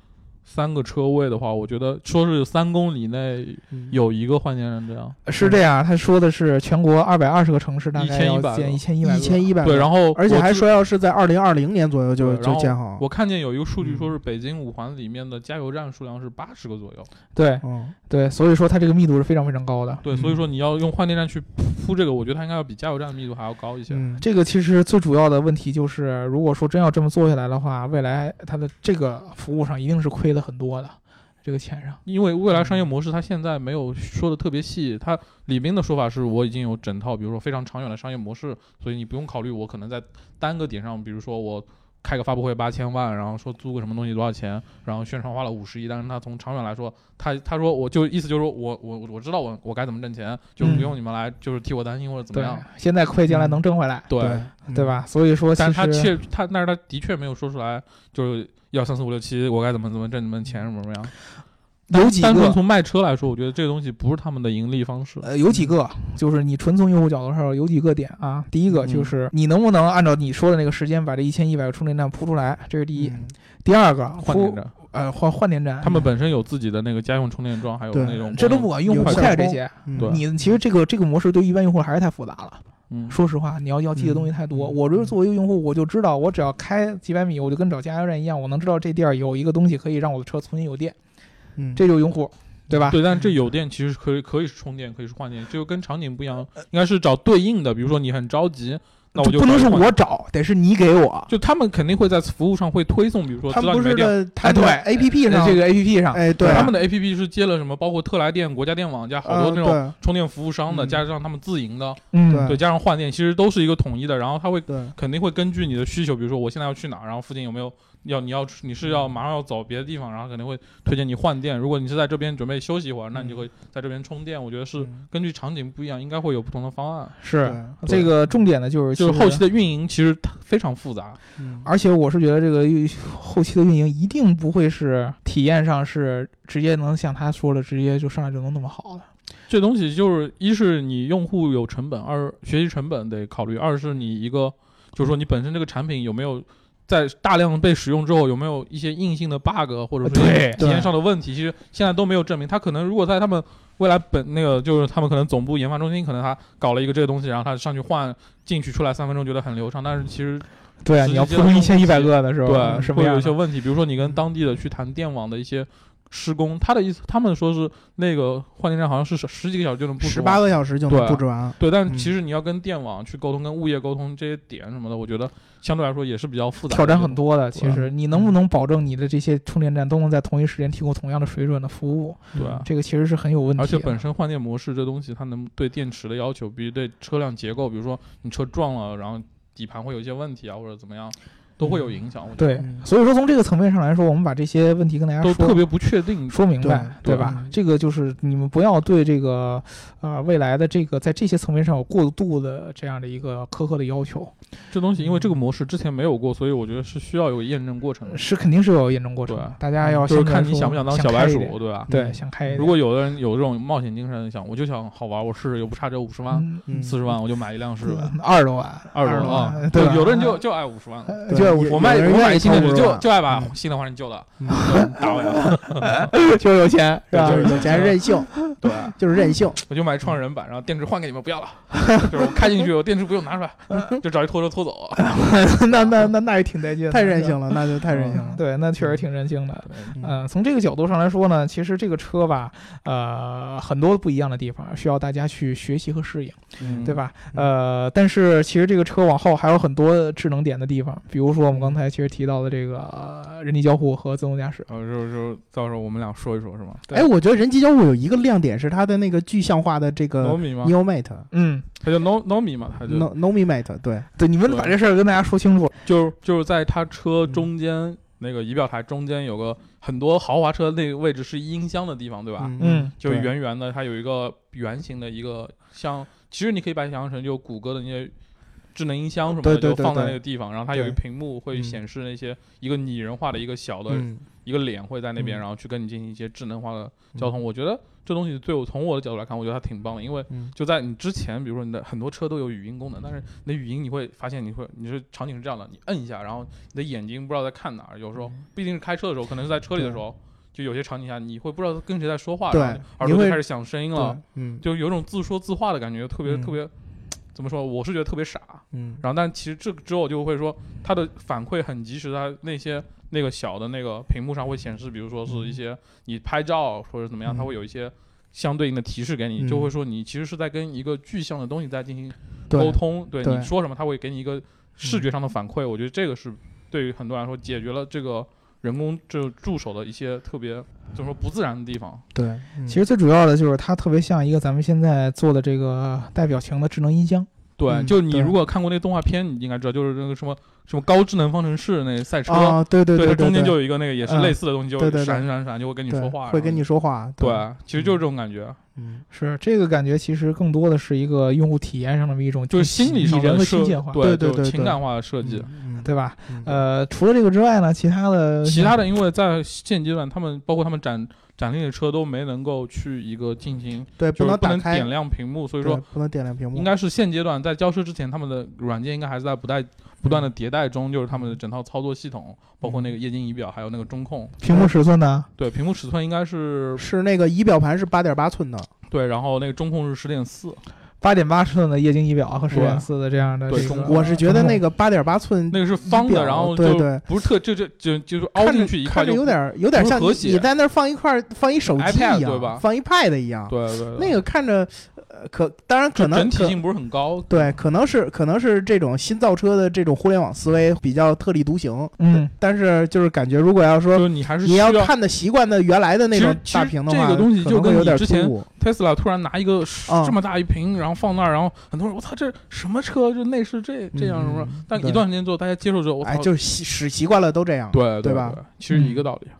三个车位的话，我觉得说是三公里内
嗯
有一个换电站这样。
是这样，他说的是全国二百二十个城市，大概要
1100
建一千一百，
一千一百，
对，然后
哎而且
我
还
知
说要是在二零二零年左右就
对然
就
后
建好。
我看见有一个数据
嗯
说是北京五环里面的加油站数量是八十个左右。
对
嗯，
对，所以说它这个密度是非常非常高的。
对，所以说你要用换电站去铺这个，我觉得它应该要比加油站密度还要高一些。
嗯，
这个其实最主要的问题就是，如果说真要这么做下来的话，未来它的这个服务上一定是亏的很多的，这个钱上。
因为未来商业模
嗯
式，它现在没有说的特别细。它李斌的说法是我已经有整套，比如说非常长远的商业模式，所以你不用考虑我可能在单个点上，比如说我开个发布会八千万，然后说租个什么东西多少钱，然后宣传花了五十亿，但是他从长远来说，他他说我就意思就是说我我我知道我我该怎么挣钱，就
嗯
不用你们来就是替我担心或者怎么
对
样。，
现在亏，
嗯
将来能挣回来，
对，
对
对？吧？所以说，其
但
实
是他确他但是他的确没有说出来，就是要三四五六七，我该怎么怎么挣你们钱什么什么样。
有几
单纯
个。
从卖车来说，我觉得这个东西不是他们的盈利方式。
呃，有几个，就是你纯从用户角度上有几个点啊。第一个
嗯
就是你能不能按照你说的那个时间把这一千一百个充电站铺出来，这是第一。
嗯
第二个，
换电站，
铺呃换换电站，
他们本身有自己的那个家用充电桩，还有
对
那种
这都不管用户
有
不
线
care 这
充
些。
嗯
对
你其实这个这个模式对一般用户还是太复杂了。
嗯，
说实话，你要要记的东西太多。
嗯
我如果作为一个用户，我就知道，我只要开几百米，我就跟找加油站一样，我能知道这地儿有一个东西可以让我的车重新有电，
嗯
这就是用户，对吧？
对，但这有电其实可以可以是充电，可以是换电，这就跟场景不一样，应该是找对应的。比如说你很着急，那我
就
就
呃不能是
找一个换
我找，得是你给我。
就他们肯定会在服务上会推送，比如说
他
知道
们
你
不
没
是
电。
的，他
对
们 A P P 上
这个 A P P 上，
哎，对啊，啊
他们的 A P P 是接了什么，包括特来电、国家电网加好多那种
种
充电服务商的，
嗯
加上他们自营的，
嗯
对，
对，加上换电，其实都是一个统一的。然后他会
对对
肯定会根据你的需求，比如说我现在要去哪儿，然后附近有没有要你要你是要马上要走别的地方，然后肯定会推荐你换电。如果你是在这边准备休息一会儿，那你就会在这边充电。我觉得是
嗯
根据场景不一样，应该会有不同的方案。
是
对
这个重点呢，就是
就是
其实
后期的运营其实它非常复杂，
嗯
而且我是觉得这个运 后期的运营一定不会是体验上是直接能像他说的直接就上来就能那么好的。
这东西就是一是你用户有成本，二学习成本得考虑，二是你一个就是说你本身这个产品有没有。在大量被使用之后，有没有一些硬性的 bug 或者说一些
对
体
对
验上的问题？其实现在都没有证明。他可能如果在他们未来本那个就是他们可能总部研发中心，可能他搞了一个这个东西，然后他上去换进去出来三分钟觉得很流畅，但是其实
对啊，
实际
你要
上
铺成一
用户
千一百
体
个的时候，
对，
什么
会有
样
一些
的？
问题，比如说你跟当地的去谈电网的一些施工，他的意思，他们说是那个换电站好像是十十几个小时就能布置
十
完
八个小时就能
对
布置完，
对，但
嗯
其实你要跟电网去沟通，跟物业沟通这些点什么的，我觉得相对来说也是比较复杂，
挑战很。多的，其
对嗯
实你能不能保证你的这些充电站都能在同一时间提供同样的水准的服务？
对啊
嗯
这个其实是很有问题的。
而且本身换电模式这东西，它能对电池的要求，比如对车辆结构，比如说你车撞了，然后底盘会有一些问题啊，或者怎么样，都会有影响。我觉得
对
嗯，
所以说从这个层面上来说，我们把这些问题跟大家
都
说
特别不确定。
说明白，
对
吧？
对
这个就是你们不要对这个呃未来的这个在这些层面上有过度的这样的一个苛刻的要求，
这东西因为这个模式之前没有过，所以我觉得是需要有个验证过程的，
嗯是肯定是有验证过程的
对。啊嗯
大家要
就是
相对来
看你
说
想不想当
想
小
开
白
一
鼠，
点
对吧？
对，想开一点。
如果有的人有这种冒险精神，想我就想好玩，我试试，又不差这五十万、
嗯
嗯
四十万，我就买一辆试试呗。
二十多万，
啊二十
十
多
万，
啊，
对吧，
有的人就就爱五十万。
呃
对
就
有
我卖
有人
我买
愿意
新
掏
的
50
就
万
就爱把
嗯
新的换成旧的，
嗯
打我呀！
就有钱是
对
吧
就？ 是有钱任性，
对，
就是任性，
我就买创始人版，然后电池换给你们 不要了，就是我开进去，我电池不用拿出来，就找一拖车拖走。
那那那那也挺带劲的，
太任
是吧
性了，那就太任性了。
对，那确实挺任性的。
嗯
嗯、从这个角度上来说呢，其实这个车吧，呃，很多不一样的地方需要大家去学习和适应，
嗯
对？吧？呃，但是其实这个车往后还有很多智能点的地方，比如说我们刚才其实提到的这个、呃人机交互和自动驾驶。
然后就就到时候我们俩说一说，是吗？
对
哎，我觉得人机交互有一个亮点是它的那个具象化的这个
Nomi 吗？
Neo Mate。
嗯，
他叫 No Nomi 嘛，他就
No Nomi Mate，对，
对，你们把这事儿跟大家说清楚。
就是就是在他车中间那个仪表台中间有个很多豪华车那个位置是音箱的地方，对吧？
嗯，
就
对
圆圆的，它有一个圆形的一个像，其实你可以把它想象成就谷歌的那些智能音箱什么的，
对对
就放在
对对
那个地方，然后它有一个
对
屏幕
嗯
会显示那些一个拟人化的一个小的
嗯，
一个脸会在那边，
嗯
然后去跟你进行一些智能化的交通。我觉得这东西对我从我的角度来看，我觉得它挺棒的，因为
嗯
就在你之前，比如说你的很多车都有语音功能，但是你的语音你会发现你会你是场景
嗯
是这样的，你摁一下，然后你的眼睛不知道在看哪儿，有时候不一定是开车的时候，可能是在车里的时候。就有些场景下你会不知道跟谁在说话，
对
然后耳
你
朵
会
就开始响声音了
对，，嗯
就有一种自说自话的感觉，特别
嗯
特别怎么说？我是觉得特别傻。
嗯，
然后，但其实这个之后就会说，它的反馈很及时，它那些那个小的那个屏幕上会显示，比如说是一些你拍照或者怎么样，
嗯
它会有一些相对应的提示给你，
嗯
就会说你其实是在跟一个具象的东西在进行沟
对
通，对
对嗯
你说什么，它会给你一个视觉上的反馈。我觉得这个是对于很多人来说解决了这个人工这助手的一些特别怎么说不自然的地方。
对，
嗯
其实最主要的就是它特别像一个咱们现在做的这个带表情的智能音箱。
对，
嗯
就你
对
如果看过那动画片，你应该知道，就是那个什么什么高智能方程式那赛车。
啊，对对
它
对，
中间
对
就有一个那个也是
嗯
类似的东西，就
对对对
闪闪闪就会跟你
对
说话，
会跟你
然后
说话，
对，啊其实就是这种感觉，
嗯
是这个感觉，其实更多的是一个用户体验上的一种，
就是
喜
心理
以
上
人
的
为
设
亲切化，
对
对对对
情感化的设计。
嗯，
对吧？
嗯，
呃，除了这个之外呢，其他的
其他的，因为在现阶段，他们包括他们展展厅的车都没能够去一个进行，
对，
就是
能
不
打
能
开，
点亮屏幕，所以
对
说
不能点亮屏幕，
应该是现阶段在交车之前，他们的软件应该还是在不带不断的迭代中，就是他们的整套操作系统，包括那个
嗯
液晶仪表，还有那个中控，
屏幕尺寸呢？
对，屏幕尺寸应该是
是那个仪表盘是八点八寸的，
对，然后那个中控是十点四，
八点八寸的液晶仪表和十
对
点四的这样的
对
这个
中
我是觉得那个八点八寸
那个是方
仪表
的，然后
对
就
对
不是特就就就就是凹
看着
进去一块
看着
就
有点有点
不是
像你
和谐
你在那儿放一块儿放一手机一
iPad，
样，
对吧
放一 Pad 一样，
对对对
那个看着呃可当然可
就
能
整体
可
性不是很高，
对，可能是可能是这种新造车的这种互联网思维比较特立独行，
嗯，
但是就是感觉如果要
就
说
是你还是
你
需要
要看的习惯的原来的那种
其实
大屏的话，
其实这个东西
可能
就跟
会有
你
点
之前
突兀
Tesla 突然拿一个
嗯
这么大一屏，然后放那儿，然后很多人我操这什么车，这内饰这这样什么，
嗯
但
对
一段时间之后大家接受之后，我
哎，
操，
就是习使习惯了都这样，
对
对吧嗯
吧？其实一个道理，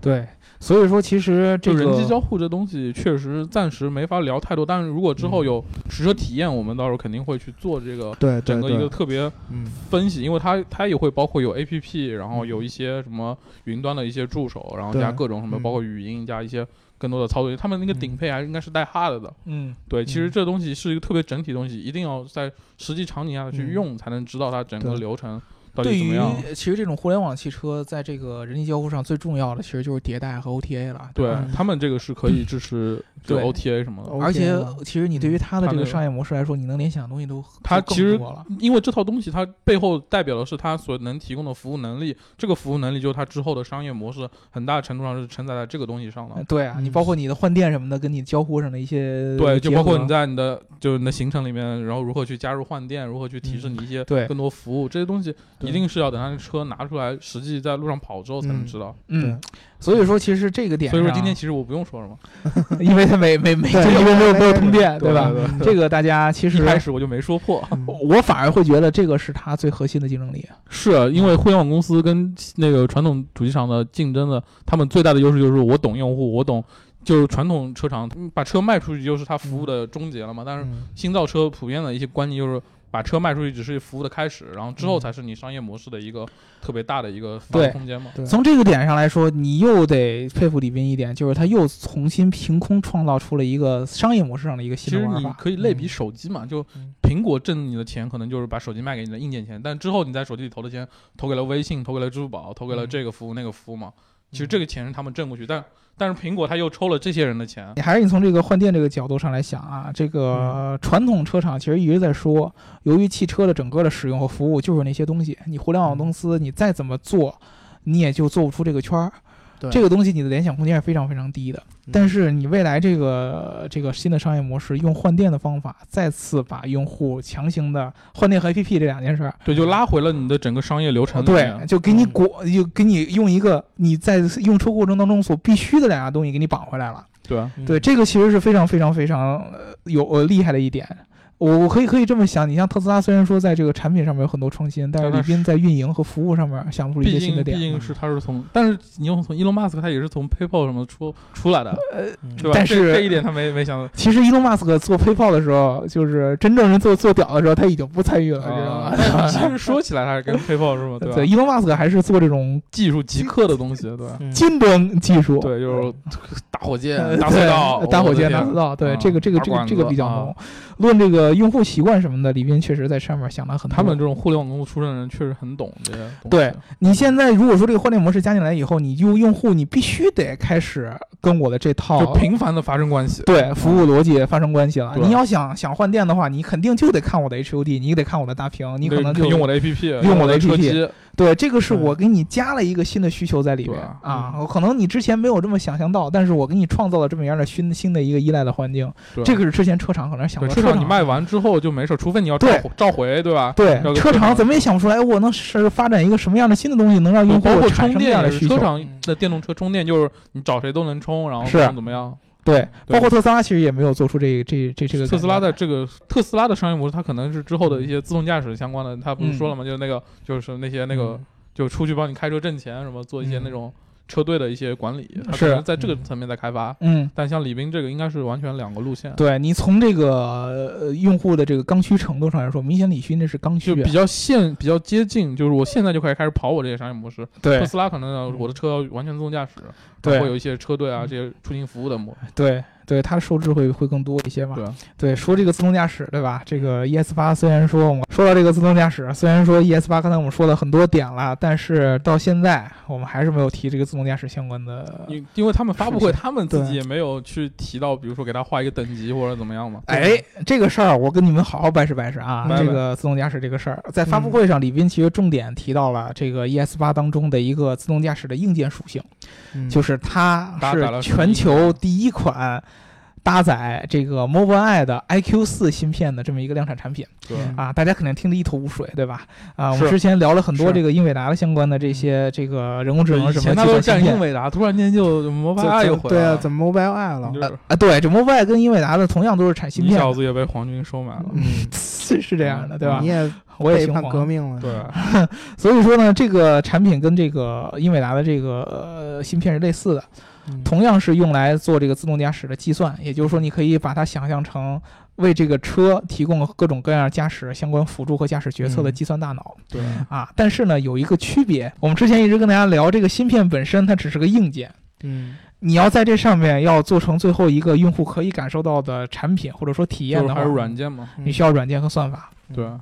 对，所以说其实这
就
个
人机交互这东西确实暂时没法聊太多，但是如果之
嗯
后有实车体验，我们到时候肯定会去做这个。
对对
整个一个
对，
特别
嗯
分析，因为它它也会包括有 A P P，然后有一些什么云端的一些助手，然后
对
加各种什么，
嗯
包括语音加一些更多的操作。他们那个顶配还应该是带 hard 的，
嗯
对，其
嗯
实这东西是一个特别整体的东西，一定要在实际场景下去
嗯
用，才能知道它整个
对
流程到
对
底怎么
于
样。
其实这种互联网汽车在这个人机交互上最重要的其实就是迭代和 OTA 了，
对
吧
嗯
他们这个是可以支持就
对
OTA 什么的，
而且
OK 了
其实你对于它的
它
这个
那个
商业模式来说，你能联想的东西都
它
都
其实
更多了。
因为这套东西它背后代表的是它所能提供的服务能力，这个服务能力就是它之后的商业模式，很大程度上是承载在这个东西上的
嗯。对啊，你
嗯
包括你的换电什么的，跟你交互上的一些
对，就
结
包括
合
你在你的就是你的行程里面，然后如何去加入换电，如何去提升你一些
嗯对
更多服务，这些东西
对
一定是要等它的车拿出来，实际在路上跑之后才能
嗯
知道。
嗯，所以说其实这个点
所
上，
以说今天其实我不用说了嘛，
因为它没没没，
对
这因为没有
没
没有
没
通电，
对
吧？嗯
对
这个大家其
一
实
开始我就没说 破，
嗯
我反而会觉得这个是它最核心的竞争力。
是啊因为互联网公司跟那个传统主机厂的竞争的，他们最大的优势就是我懂用户，我懂，就是传统车厂嗯把车卖出去就是它服务的终结了嘛。但是
嗯
新造车普遍的一些观念就是把车卖出去只是服务的开始，然后之后才是你商业模式的一个特别大的一个发
嗯对
展空间嘛。
对
从这个点上来说，你又得佩服李斌一点，就是他又重新凭空创造出了一个商业模式上的一个
其
新
实
的玩
你
法。
可以类比手机嘛，就
嗯
苹果挣你的钱可能就是把手机卖给你的硬件钱，但之后你在手机里投的钱投给了微信，投给了支付宝，投给了
嗯
这个服务那个服务嘛。
嗯
其实这个钱是他们挣过去，但但是苹果他又抽了这些人的钱。
你还是你从这个换电这个角度上来想啊，这个传统车厂其实一直在说，由于汽车的整个的使用和服务就是那些东西，你互联网公司你再怎么做，你也就做不出这个圈儿
对。
这个东西你的联想空间是非常非常低的
嗯，
但是你未来这个这个新的商业模式，用换电的方法再次把用户强行的换电和 APP 这两件事儿，
对，就拉回了你的整个商业流程里面。
对，就给你裹，就给你用一个你在用车过程当中所必须的两样东西给你绑回来了。
对啊，
对，这个其实是非常非常非常呃有呃厉害的一点。我我可以可以这么想，你像特斯拉虽然说在这个产品上面有很多创新，但是
但它
李斌在运营和服务上面想出了一
毕
些新
竟
的
毕
点。嗯
竟是他是从，但是你用从 Elon Musk 他也是从 PayPal 什么出出来的，
嗯
对吧？
但
这
是
这一点他没没 想到。
其实伊隆马斯克做 PayPal 的时候，就是真正人做做屌的时候，他已经不参与了，知道
啊
吗？
但 其实说起来还是跟 PayPal 是吗？对吧？啊
对，伊隆马斯克还是做这种
技术极客的东西，对吧？
嗯
金砖技术，
对，就是大火箭
呃，
大
对
隧道，
大
我
火
的
箭、
天
大隧道，对
嗯
这个这个
大
这个
管
这个
子
比较
啊
浓。论这个个用户习惯什么的，李斌确实在上面想了很多。
他们这种互联网公司出身的人确实很懂这些东西。
对你现在如果说这个换电模式加进来以后，你就用户你必须得开始跟我的这套
就频繁的发生关系。
哦
啊
对服务逻辑发生关系了。
对
你要想想换电的话，你肯定就得看我的 HUD，你得看我的大屏，你可能就
用我的 APP，
用我
我
的
车
APP
机，
对，这个是
嗯
我给你加了一个新的需求在里
对
边
啊
啊，我可能你之前没有这么想象到，但是我给你创造了这么样的新新的一个依赖的环境，
对
这个是之前车厂可能想
对
不到
车
的。
厂你卖完之后就没事，除非你要召
对
回召回，对吧？
对
要给
车
车
厂
厂
怎么也想不出来，哎我能是发展一个什么样的新的东西，能让用户
包括
产
充
生这
电
样的
也
需
是，
求
车。厂的电动车充电就是你找谁都能充，然后
是
怎么怎么样。
对，
对
包括特斯拉其实也没有做出这这这这个
特斯拉
感觉
的这个特斯拉的商业模式，它可能是之后的一些自动驾驶相关的，它不是说了吗？就是那个就是那些那个
嗯
就出去帮你开车挣钱，什么做一些
嗯
那种车队的一些管理，它
是
可能在这个层面在开发。
嗯。
但像李斌这个应该是完全两个路线，
对你从这个呃用户的这个刚需程度上来说，明显李勋这是刚需
就
啊，
比较现比较接近，就是我现在就可以开始跑我这些商业模式。特
对
斯拉可能呢我的车要完全自动驾驶，
对嗯
会有一些车队啊这些出行服务的模，
对对，它受制会会更多一些嘛。
对啊，
对，说这个自动驾驶，对吧？这个 ES 八虽然说我们说到这个自动驾驶，虽然说 ES 八刚才我们说了很多点了，但是到现在我们还是没有提这个自动驾驶相关的。
因因为他们发布
是
会，
是
他们自己
对
也没有去提到，比如说给他画一个等级或者怎么样嘛。
哎，这个事儿我跟你们好好掰扯掰扯啊！
掰掰
这个自动驾驶这个事儿，在发布会上，李斌其实重点提到了这个 ES 八当中的一个自动驾驶的硬件属性，
嗯
就是它
搭载
是
了
全球第一款搭载这个 Mobileye 的 iQ 四芯片的这么一个量产产品。
对，
嗯
啊，大家肯定听得一头雾水，对吧？啊，我们
是
之前聊了很多
是
这个英伟达的相关的这些这个人工智
对
能
以
什
前
么
他
计
都
算芯
占英
片。
伟达，突然间就摩
怎
拜爱又回
对
来
啊，
了。
怎么 Mobile Eye 了
你？就是
啊，对，这 Mobileye 跟英伟达的同样都是产芯
你
片
小
的，
子也被黄军收买了。
嗯，
是 是这样的，对吧
你？也
我也
背
姓
叛革
黄，
命了。
对，啊
所以说呢，这个产品跟这个英伟达的这个呃芯片是类似的，
嗯
同样是用来做这个自动驾驶的计算，也就是说，你可以把它想象成为这个车提供各种各样驾驶相关辅助和驾驶决策的
嗯
计算大脑。
对，
啊，但是呢，有一个区别，我们之前一直跟大家聊，这个芯片本身它只是个硬件，
嗯，
你要在这上面要做成最后一个用户可以感受到的产品或者说体验
就是
的话，
还是软件嘛。
你需要软件和算法。
嗯
对，啊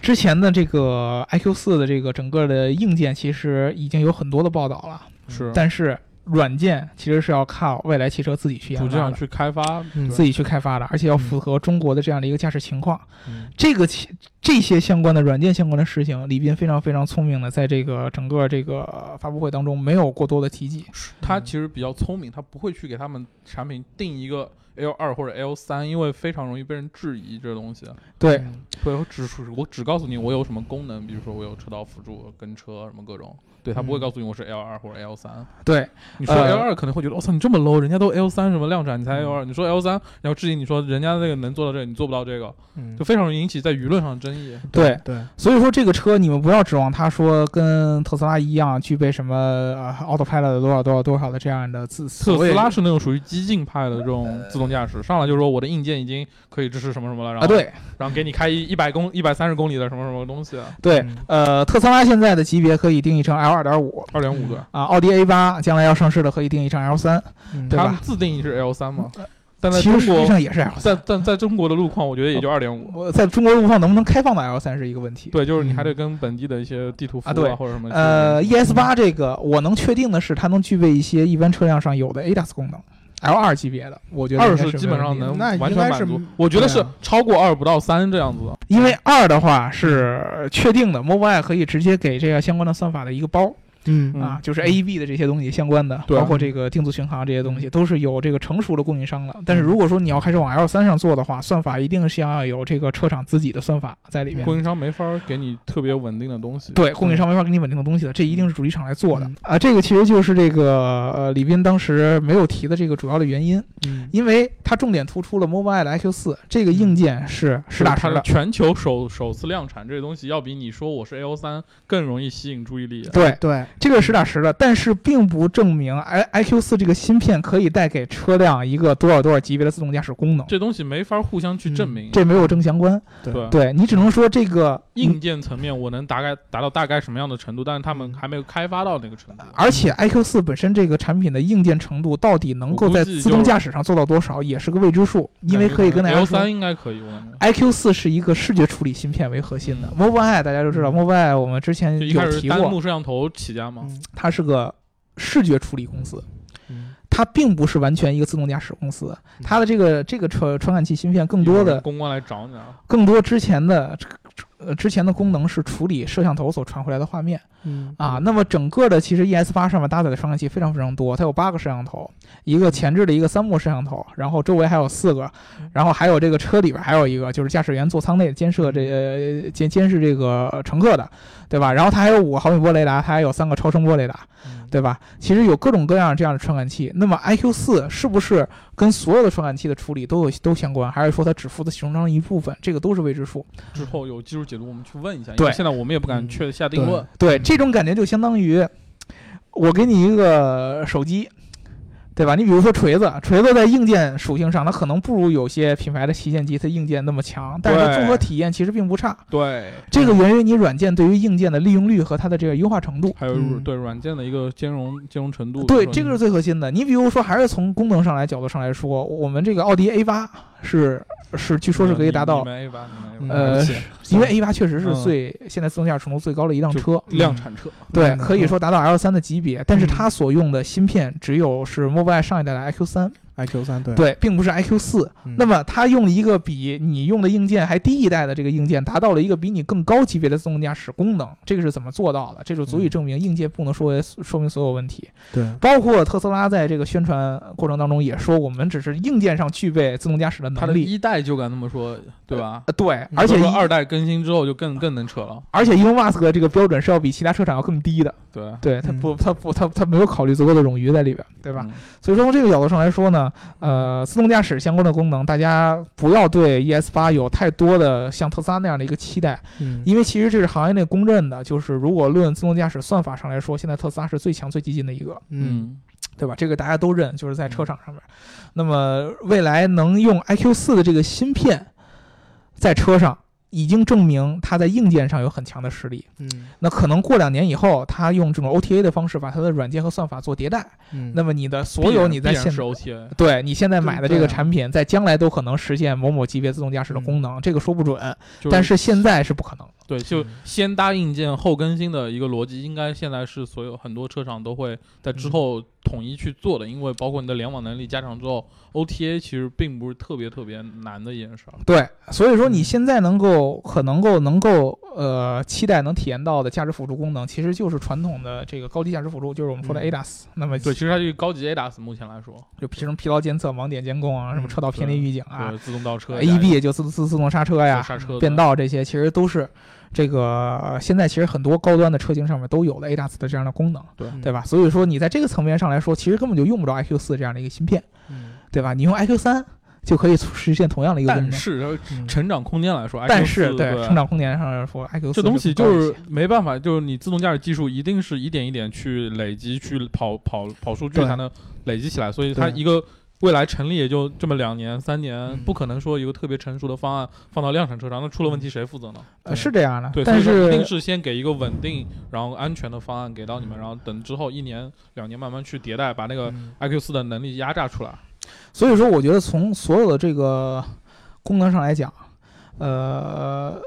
之前的这个 iQ 四的这个整个的硬件其实已经有很多的报道了，
是
但是软件其实是要靠未来汽车自己去
逐
研发
渐
的。
去开发。
嗯
对啊
自己去开发的，而且要
嗯
符合中国的这样的一个驾驶情况。
嗯
这个其这些相关的软件相关的事情，李斌非常非常聪明的，在这个整个这个呃发布会当中没有过多的提及。
他其实比较聪明，他不会去给他们产品定一个 L 二或者 L 三，因为非常容易被人质疑这东西。嗯
对，
对，我只是我只告诉你我有什么功能，比如说我有车道辅助、跟车什么各种。对他不会
嗯
告诉你我是 L 二或者 L 三。
对，
你说
呃嗯
L 二可能会觉得，我、操，你这么 low，人家都 L 三什么量产，你才 L 二、你说 L 三，然后质疑你说人家那个能做到这个，你做不到这个，
嗯
就非常容易引起在舆论上的争议。
对，
对，
所以说这个车你们不要指望它说跟特斯拉一样具备什么呃 Autopilot 多少多少多少的这样的自
特
特
斯拉是那种属于激进派的这种自动驾驶，上来就说我的硬件已经可以支持什么什么了，然后、
啊，，对
然后给你开一一百公一百三十公里的什么什么东西，啊
对
嗯，
呃，特斯拉现在的级别可以定义成 L 二点五
二点五吨，
啊，奥迪 A 八将来要上市的可以定义成 L 三，
嗯
对吧嗯
他们自定义是 L 三嘛，但在
其实
中
实际
国，
上也是 L
在
三。
但在中国的路况，我觉得也就
哦
二点五，
我在中国路况能不能开放到 L 三是一个问题。
对，就是你还得跟本地的一些地图服
嗯啊
务
对
啊或者什么，
呃
也
，ES 八这个我能确定的是，它能具备一些一般车辆上有的 ADAS 功能，L 二级别的，我觉得
二
应该
是
是
基
没
本
问
上
题的
能
那
完
应
全
该
满
是
足，我觉得是
对啊啊
超过二不到三这样子的，
因为二的话是确定的，Mobileye 可以直接给这个相关的算法的一个包、
嗯
啊
嗯，
就是 AEB 的这些东西相关的，
对嗯
包括这个定速巡航这些东西，都是有这个成熟的供应商的。但是如果说你要开始往 L 三上做的话，算法一定是要有这个车厂自己的算法在里面。
供应嗯商没法儿给你特别稳定的东西，
对，供应商没法给你稳定的东西的，这一定是主力厂来做的、
嗯
啊。这个其实就是这个呃李斌当时没有提的这个主要的原因，
嗯
因为他重点突出了 Mobile IQ 四这个硬件是实打
嗯它
实
的
的，
全球首首次量产这个东西，要比你说我是 L 三更容易吸引注意力。啊
对。
对，
这个实打实的，但是并不证明 i i q 四这个芯片可以带给车辆一个多少多少级别的自动驾驶功能，
这东西没法互相去证明。
嗯这没嗯有正相关。
对
对你只能说这个
硬件层面我能大概达到大概什么样的程度，但是他们还没有开发到那个程度。
嗯而且 iQ 四本身这个产品的硬件程度到底能够在自动驾驶上做到多少，也是个未知数。因为可以跟大家
L
说哎
三应该可以，我感觉。
，iQ 四是一个视觉处理芯片为核心的。Mobileye 大家都知道，Mobileye 我们之前
嗯就一
有
开始
提
单
过，嗯
目摄像头起家嘛，
它是个视觉处理公司，
嗯
它并不是完全一个自动驾驶公司。它的这个这个传传感器芯片更多
一会嗯儿
的
公关来找你啊，
更多之前的呃之前的功能是处理摄像头所传回来的画面。
嗯
啊，，那么整个的其实 ES 八上面搭载的传感器非常非常多，它有八个摄像头，一个前置的一个三目摄像头，然后周围还有四个，然后还有这个车里边还有一个，就是驾驶员座舱内监视这呃监监视这个呃乘客的，对吧？然后它还有五个毫米波雷达，它还有三个超声波雷达，
嗯
对吧？其实有各种各样这样的传感器。那么 IQ 四是不是跟所有的传感器的处理都有都相关，还是说它只负责其中的一部分？这个都是未知数。
之后有技术解读我们去问一下，因为
对
现在我们也不敢确下定
对
论。
对，这种感觉就相当于我给你一个手机，对吧？你比如说锤子，锤子在硬件属性上，它可能不如有些品牌的旗舰机它硬件那么强，但是它
对
综合体验其实并不差。
对，
这个源于你软件对于硬件的利用率和它的这个优化程度。
还有
嗯
对软件的一个兼容兼容程度。
对，
吧
这个是最核心的。你比如说，还是从功能上来角度上来说，我们这个奥迪 A 八是是据说是可以达到
你，们 A 八，你们 A8
呃
对不起，
因为 A 八确实是
嗯
最、现在自动驾驶程度最高的一辆
就
车，
量产车，
对，
嗯
可以说达到 L 三的级别，但是
嗯
它所用的芯片只有是 Mobileye 上一代的 IQ 三，
，iQ 三对，
对，并不是 IQ 四。
嗯
那么它用了一个比你用的硬件还低一代的这个硬件，达到了一个比你更高级别的自动驾驶功能，这个是怎么做到的？这就足以
嗯
证明硬件不能说为说明所有问题。
对，
包括特斯拉在这个宣传过程当中也说，我们只是硬件上具备自动驾驶的
它的
能力。
一代就敢这么说，对吧？
呃对，
嗯
而
所
且
以说
一
二代更新之后就更更能扯了。
而且 Elon Musk 的这个标准是要比其他车厂要更低的，
对，
对，它
嗯
不，它不，它它没有考虑足够的冗余在里边，
对
对吧？？所以说从这个角度上来说呢，呃，自动驾驶相关的功能，大家不要对 ES 八有太多的像特斯拉那样的一个期待，
嗯
因为其实这是行业内公认的，就是如果论自动驾驶算法上来说，现在特斯拉是最强最激进的一个，
嗯，
对吧？这个大家都认，就是在车厂上面。
嗯
那么未来能用 iQ 四的这个芯片在车上。已经证明它在硬件上有很强的实力。
嗯
那可能过两年以后，它用这种 OTA 的方式把它的软件和算法做迭代。
嗯，
那么你的所有你在
必然
现
是 OTA，
对你现在买的这
对
个
啊
产品，在将来都可能实现某某级别自动驾驶的功能，这个说不准，
就
但是现在是不可能的。
对，就先搭硬件后更新的一个逻辑，应该现在是所有很多车厂都会在之
嗯
后统一去做的，因为包括你的联网能力加强之后，OTA 其实并不是特别特别难的一件事儿。
对，所以说你
嗯
现在能够可能够能够呃期待能体验到的驾驶辅助功能，其实就是传统的这个高级驾驶辅助，就是我们说的
嗯
ADAS、那么
对，其实它这个高级 ADAS 目前来说，
就什么疲劳监测、盲点监控啊，什么
嗯
车道偏离预警啊
对，自动倒车呀、
，AEB 也就自自自动刹车呀、
刹车的
变，道这些，其实都是这个呃现在其实很多高端的车型上面都有的 ADAS 的这样的功能。
对
对吧？所以说你在这个层面上来说，其实根本就用不着 iQ 四这样的一个芯片，
嗯，
对吧？你用 iQ 三就可以实现同样的一个功
但
能。
是
嗯
成长空间来说，
但是
对
成长空间上来说，iQ
这
四
东西就是没办法，就是你自动驾驶技术一定是一点一点去累积、去跑跑跑数据
对
才能累积起来，所以它
对
一个未来成立也就这么两年、三年
嗯，
不可能说一个特别成熟的方案放到量产车上，那出了问题谁负责呢？
呃是这样的
对，，
但
所以说一定
是
是先给一个稳定，然后安全的方案给到你们，然后等之后一年、两年慢慢去迭代，把
嗯
那个
嗯
iQ 四的能力压榨出来。
所以说我觉得从所有的这个功能上来讲，呃。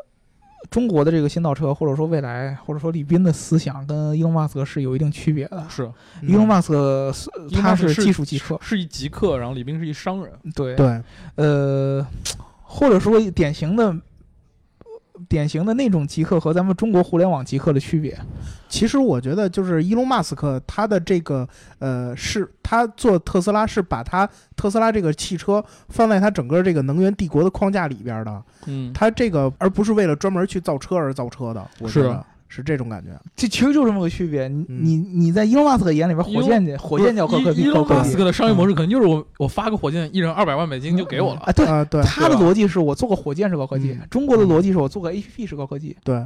中国的这个新造车，或者说未来，或者说李斌的思想跟伊隆马斯克是有一定区别的。
是，
伊
嗯
隆马斯克是
伊隆
他
马斯克
呃是
是
技术极客，嗯
是一极客，然后李斌是一商人，
对
对，
呃，或者说典型的典型的那种极客和咱们中国互联网极客的区别。
其实我觉得就是伊隆马斯克他的这个呃是他做特斯拉是把他特斯拉这个汽车放在他整个这个能源帝国的框架里边的，
嗯，
他这个而不是为了专门去造车而造车的，我觉得是这种感觉。
这其实就这么个区别。你、
嗯
你你在伊隆马斯克眼里边，火箭去火箭叫
不
可
是
可
伊伊隆
可
马
可
斯克的商业模式可能就是
嗯
我我发个火箭，一人二百万美金就给我了，
啊，对。
啊，对
他的
对吧
逻辑是我做个火箭是高科技，
嗯
中国的逻辑是我做个 A P P 是高科技，
对，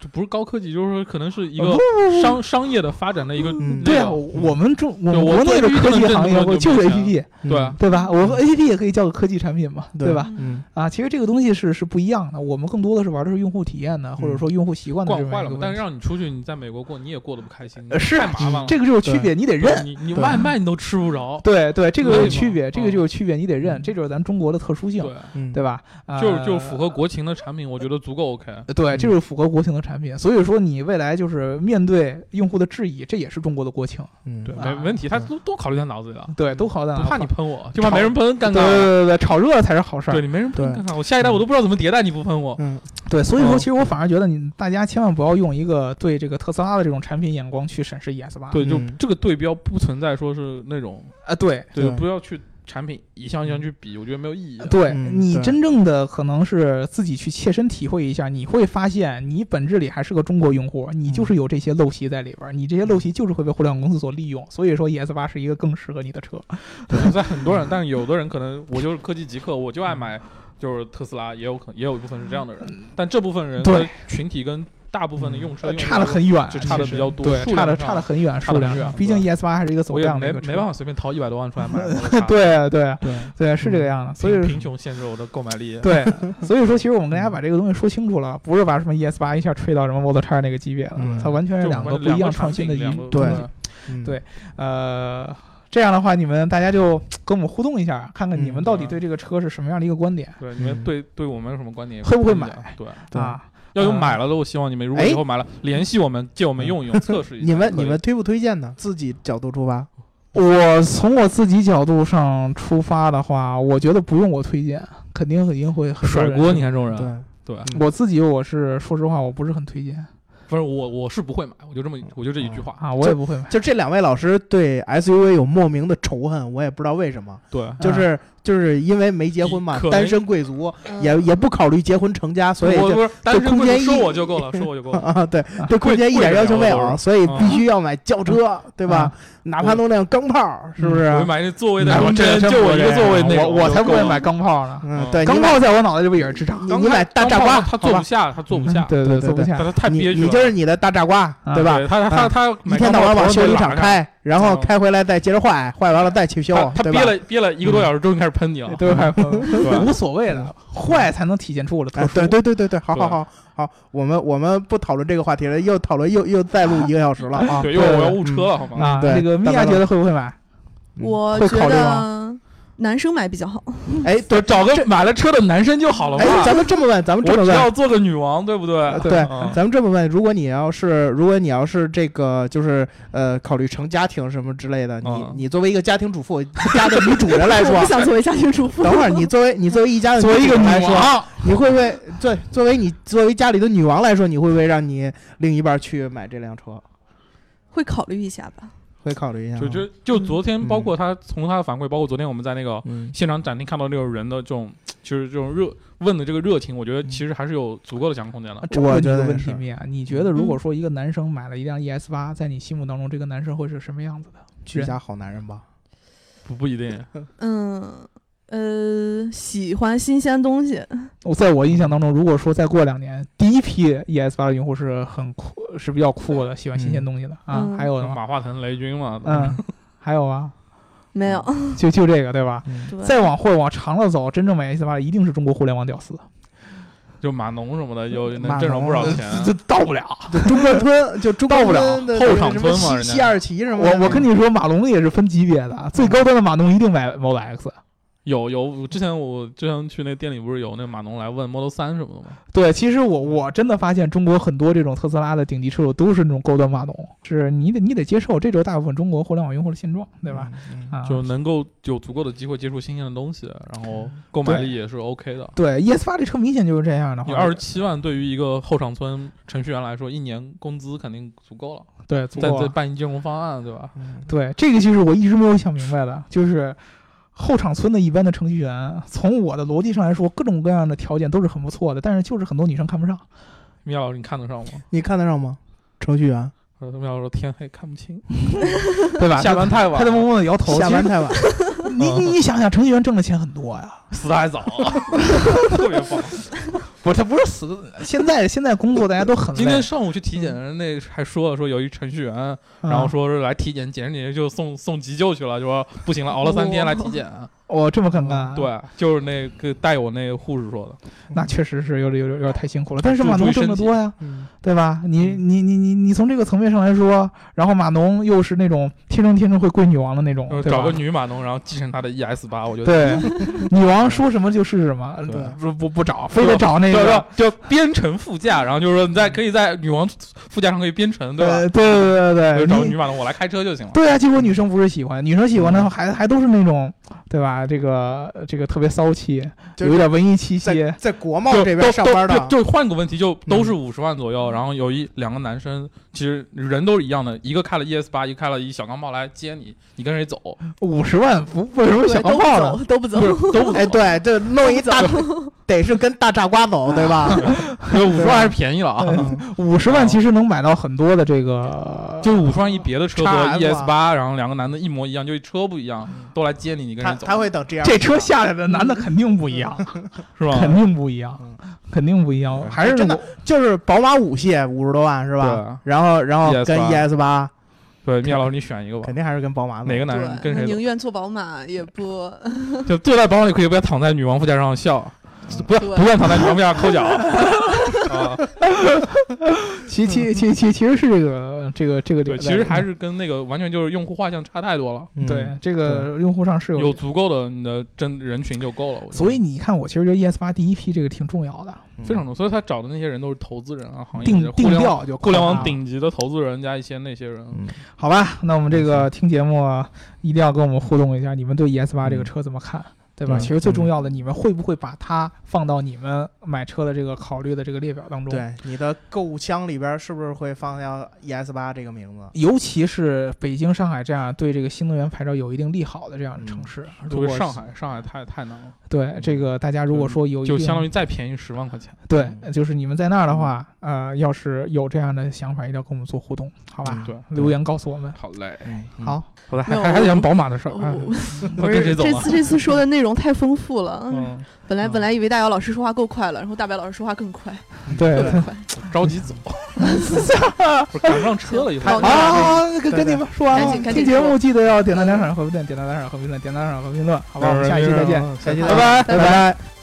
这不是高科技，就是说可能是一
呃
个
不不不
商商业的发展的一个
嗯
那
对啊，
个
我们中我们
对我
国内的
做 APP
科技
的
行业，
真的
我就
就是没
APP，
对啊
对吧？我 APP 也可以叫做科技产品嘛，
嗯对
对吧？
嗯
啊，其实这个东西是是不一样的，我们更多的是玩的是用户体验的，或者说用户习惯的这
嗯惯
么
坏
一
了
个
嘛。但是
问题
让你出去，你在美国过，你也过得不开心，
呃是
太麻烦了。
这个就是区别，你得认。
你你
对
外卖你都吃不着，
对对，这个
对
就
嘛
是区别，这个
嗯
就是区别，你得认，
嗯
这就是咱中国的特殊性，
对，
嗯，
对啊吧？
就
呃
就符合国情的产品，我觉得足够 OK。
对，
嗯
这就是符合国情的产品。所以说，你未来就是面对用户的质疑，这也是中国的国情。
嗯，
对，
对
啊嗯
没问题，他
对
都都考虑在脑子里了，
对，都好在
嗯不怕你喷我，就
炒
怕没人喷，尴
对
尬
对
了。
对对，嗯炒热才是好事
对
儿。
你没人喷，
对
尴尬。我下一代我都不知道怎么迭代，你不喷我，
嗯
对，所以
哦
说，其实我反而觉得你大家千万不要用一个对这个特斯拉的这种产品眼光去审视 ES 八。
对，就
嗯
这个对标不存在说是那种，
啊，对。嗯
对，
对
不要去产品一项一项去比，我觉得没有意义啊。
对
嗯
你
对
真正的可能是自己去切身体会一下，你会发现你本质里还是个中国用户，你
嗯
就是有这些陋习在里边儿，你这些陋习就是会被互联网公司所利用。所以说，ES 八是一个更适合你的车。
啊可能在很多人，但有的人可能我就是科技极客，我就
嗯
爱买就是特斯拉，也有可也有一部分是这样的人，但这部分人
对
的群体跟大部分的用车
呃
用户
差得很远，
就差得
其实
比较多数
对，
量
差的
上
差的很远，
差得
数量
很远
上。毕竟 ES 八还是一个走
我也
量的
没
一个车，
没办法随便掏一百多万出来 买，我
法对对
对，
对，是这个样的。所以
贫贫穷限制我嗯的购买力。
对，所以说其实我们跟大家把这个东西说清楚了，不是把什么 ES 八一下吹到什么 Model X 那个级别了
嗯，
它完全是
就
两
我
个
们
不一样
个
创新的
产
一
品两个
对
东西
嗯
对呃。这样的话，你们大家就跟我们互动一下，看看你
嗯
们到底
对
对这个车是什么样的一个观点
对，你们对对我们有什么观点？
嗯会不会
也可以的
买？
对，
对
啊？
要有买了的，我希望你们如果
哎
以后买了，联系我们，借我
嗯
们用一用，测试一下。
你们
可以
你们推不推荐呢？自己角度出发，
我从我自己角度上出发的话，我觉得不用我推荐，肯定肯定会很多
甩
人
锅，你看这种人，
对，
对，
嗯
我自己我是说实话，我不是很推荐
不是我我是不会买，我就这么我就这一句话。
啊，我也不会买。
就这两位老师对 SUV 有莫名的仇恨，我也不知道为什么，
对，
啊
就是就是因为没结婚嘛
啊可，能
单身贵族
嗯
也也不考虑结婚成家，所以
我
就
不是单身
空
贵
间
族说
一
我就够了，说我就够了。
啊，对
啊，
对空间一点要求没
贵不了
有，
都嗯
所以
啊
必须要买轿车，对吧？哪怕弄辆钢炮，是不是？
我就买那座位
哎
那
我
种，
真
真
真
就
不
我一
这
个
样
座位那
我
种，
我才不
够
会
了
买。钢炮呢。
嗯，对，
钢
你买
炮在我脑袋里边也是智障，
你你买大
炸
炸瓜，
他
好
坐不
吧？
下，他坐不下，
对
对
坐不
对
下
但。他太
你
憋屈
你
了。
就是你的大炸瓜，
啊
对吧？
对他他他他
一天到晚往修理厂
开，
开，然后开回来再接着坏，坏完了再去修
他，啊哦他
对
憋
吧？
了憋了一个多小时，终于开始喷你了。
对吧？
吧
无所谓的， 坏才能体现出我的特
哎，
殊。
对对对对对，好好好好，我们我们不讨论这个话题了，又讨论又又再录一个小时了啊！
对，因为我要误车了，好吗？
啊，
对
这个米娅觉得会不会买？
嗯
我
会
觉
考虑
得男生买比较好。
哎，对，
找个买了车的男生就好了嘛
哎。，咱们这么问，咱们这
我
么
只
问，呃
要做个女王，对不对？
对
嗯，
咱们这么问，如果你要是，如果你要是这个，就是呃，考虑成家庭什么之类的，你
嗯
你作为一个家庭主妇，一家的女主人来说
我不，想作为家庭主妇。
等会儿你作为你作为一家的
作为一个
主
女
人来
啊
说，
王，
你会不会作作为你作为家里的女王来说，你会不会让你另一半去买这辆车？
会考虑一下吧。
会考虑一下吗，
就就就昨天，包括他从他的反馈，包括昨天我们在那个
嗯
现场展厅看到这个人的这种，就是这种热问的这个热情，我觉得其实还是有足够的想象空间的
啊。这问你
我觉
个
得
问
也
题，
是
米娅，你觉得
嗯
如果说一个男生买了一辆 ES 八，在你心目当中，这个男生会是什么样子的？
居家好男人吧？
不不一定，
嗯，呃，喜欢新鲜东西，
我在我印象当中，如果说再过两年，第一批 ES 八的用户是很酷，是比较酷的，喜欢新鲜东西的啊。
嗯
还有呢，
马化腾、雷军嘛，
嗯，还有啊，
没有。
就就这个对吧？
对，
再往或者往长了走，真正买 ES 八一定是中国互联网屌丝，
就码农什么
嗯
的，有
码
能挣着不少
农
钱。
这到不了。
就中国村，就中国
到不了
村的
后
那个
场
什么
村嘛
西
人家
西二旗什么的
我我跟
那
你说，码农也是分级别的，啊最高端的码农一定买 Model X。
有有，之前我之前去那店里不是有那码农来问 Model 三什么的吗？
对，其实我我真的发现中国很多这种特斯拉的顶级车主都是那种高端码农，是你得你得接受，这就是大部分中国互联网用户的现状，对
个
吧？？
嗯
啊，
就能够有足够的机会接触新鲜的东西，然后购买力也是 OK 的。
嗯对 ES 八这车明显就是这样的
你
话，
二十七万对于一个后场村程序员来说，一年工资肯定足够了，
对，足
再
够啊
再
了
办一金融方案，对吧？
嗯
对，这个就是我一直没有想明白的，就是后场村的一般的程序员，从我的逻辑上来说，各种各样的条件都是很不错的，但是就是很多女生看不上。
米娅老师，你看得上吗？
你看得上吗？程序员
呃米娅老师说天黑看不清，
对吧？
下班太晚
他在默
了，
默的摇头。
下班太晚，
其实 你你你想想，程序员挣的钱很多呀，
啊 死得还早，特别棒。
不是，他不是死。现在现在工作大家都很累，
今天上午去体检，人那还说了，说有一程序员，然后
嗯
说是来体检，检查检查就送送急救去了，就说不行了，熬了三天来体检。
哦这么尴尬，，
嗯对，就是那个带我那护士说的，
那确实是有点有点有点太辛苦了。但是码
注
农
意
挣得
身体
多呀，
嗯
对吧？你
嗯
你你你你从这个层面上来说，然后码农又是那种天生天生会跪女王的那种，对
呃找
吧
个女码农，然后继承她的 ES 八，我觉得
对， 女王说什么就是什么，
对
不不不找，非得找那
就
个，
就就编程副驾，然后就是说你在可以在女王副驾上可以编程，对吧？
呃对嗯对对对
就
对
找个
你
女码农，我来开车就行了。
对啊，结果女生不是喜欢，女生喜欢的还还都是那种，对吧？这个这个特别骚气，
就
有一点文艺气息，
在在国贸
就
这
都
边上班的，
就就换个问题，就都是五十万左右，然后有一两个男生，其实人都是一样的，一个开了 ES 八，一个开了一小钢炮来接你，你跟谁走？
五十万不为什么
对
小
都不
号呢？
走，都不走
不，是都
哎，对，这弄一大
都，
得是跟大炸瓜走，对吧？
五十万还是便宜了啊，
嗯
五十万其实能买到很多的这个，
就五十万一别的车和
XM
ES 八，然后两个男的一模一样，就车不一样，都来接你，你跟
他
谁走？
他会等这样，
这车下来的男的嗯肯定不一样，
是吧？
肯定不一样，肯定不一样，还是
真
那
的就是宝马五系五十多万是吧？
对
然后然后
ES8
跟 ES 八
对，米娅老师你选一个吧
肯，定还是跟宝马走
哪个男人
对，
跟
他
谁
宁愿坐宝马也不
走？就坐在宝马里可以，不要躺在女王副驾上笑，不要
对
不愿躺在女王副驾上抠脚。啊，
其其其其其实是这个这个这个
对，其实还是跟那个完全就是用户画像差太多了。
嗯
对这个用户上是
有足够的你的真人群就够了，我觉得
所以你看，我其实觉得 ES 八第一批这个挺重要的，
嗯
非常多。所以他找的那些人都是投资人啊，行业
定
的互
定
联网
调就
互联
靠它
网
了
顶级的投资人加一些那些人，
嗯
好吧，那我们这个听节目啊一定要跟我们互动一下，你们对 ES 八这个车怎么看？对吧？
嗯
其实最重要的，你们会不会把它放到你们买车的这个考虑的这个列表当中？，
对你的购物箱里边是不是会放下 ES 八这个名字？
尤其是北京、上海这样对这个新能源牌照有一定利好的这样的城市，如
特
果
别嗯上海，上海太太难了，
对这个大家如果说有一定啊
就相当于再便宜十万块钱。
对，就是你们在那儿的话，
嗯
呃，要是有这样的想法，一定要跟我们做互动，好吧
嗯？
对，嗯
留言告诉我们。
好嘞，
哎，
好，
我还
没有
还还得讲宝马的事儿，
哎
啊
我
我跟谁走
这
啊？
次这次说的内容太丰富了，
嗯，
本来
嗯
本来以为大姚老师说话够快了，然后大白老师说话更快，
对
更 快。
着急走，不是赶不上车了，一会
好
儿
的
啊，跟
对
跟你们说完
赶
了
紧，赶
听
紧
节
说
目记得要点赞、打赏、和评论，点赞、打赏、和评论，点赞、打赏、和评论，好吧？我们下期再见，
下期
拜
拜
拜拜
拜
拜。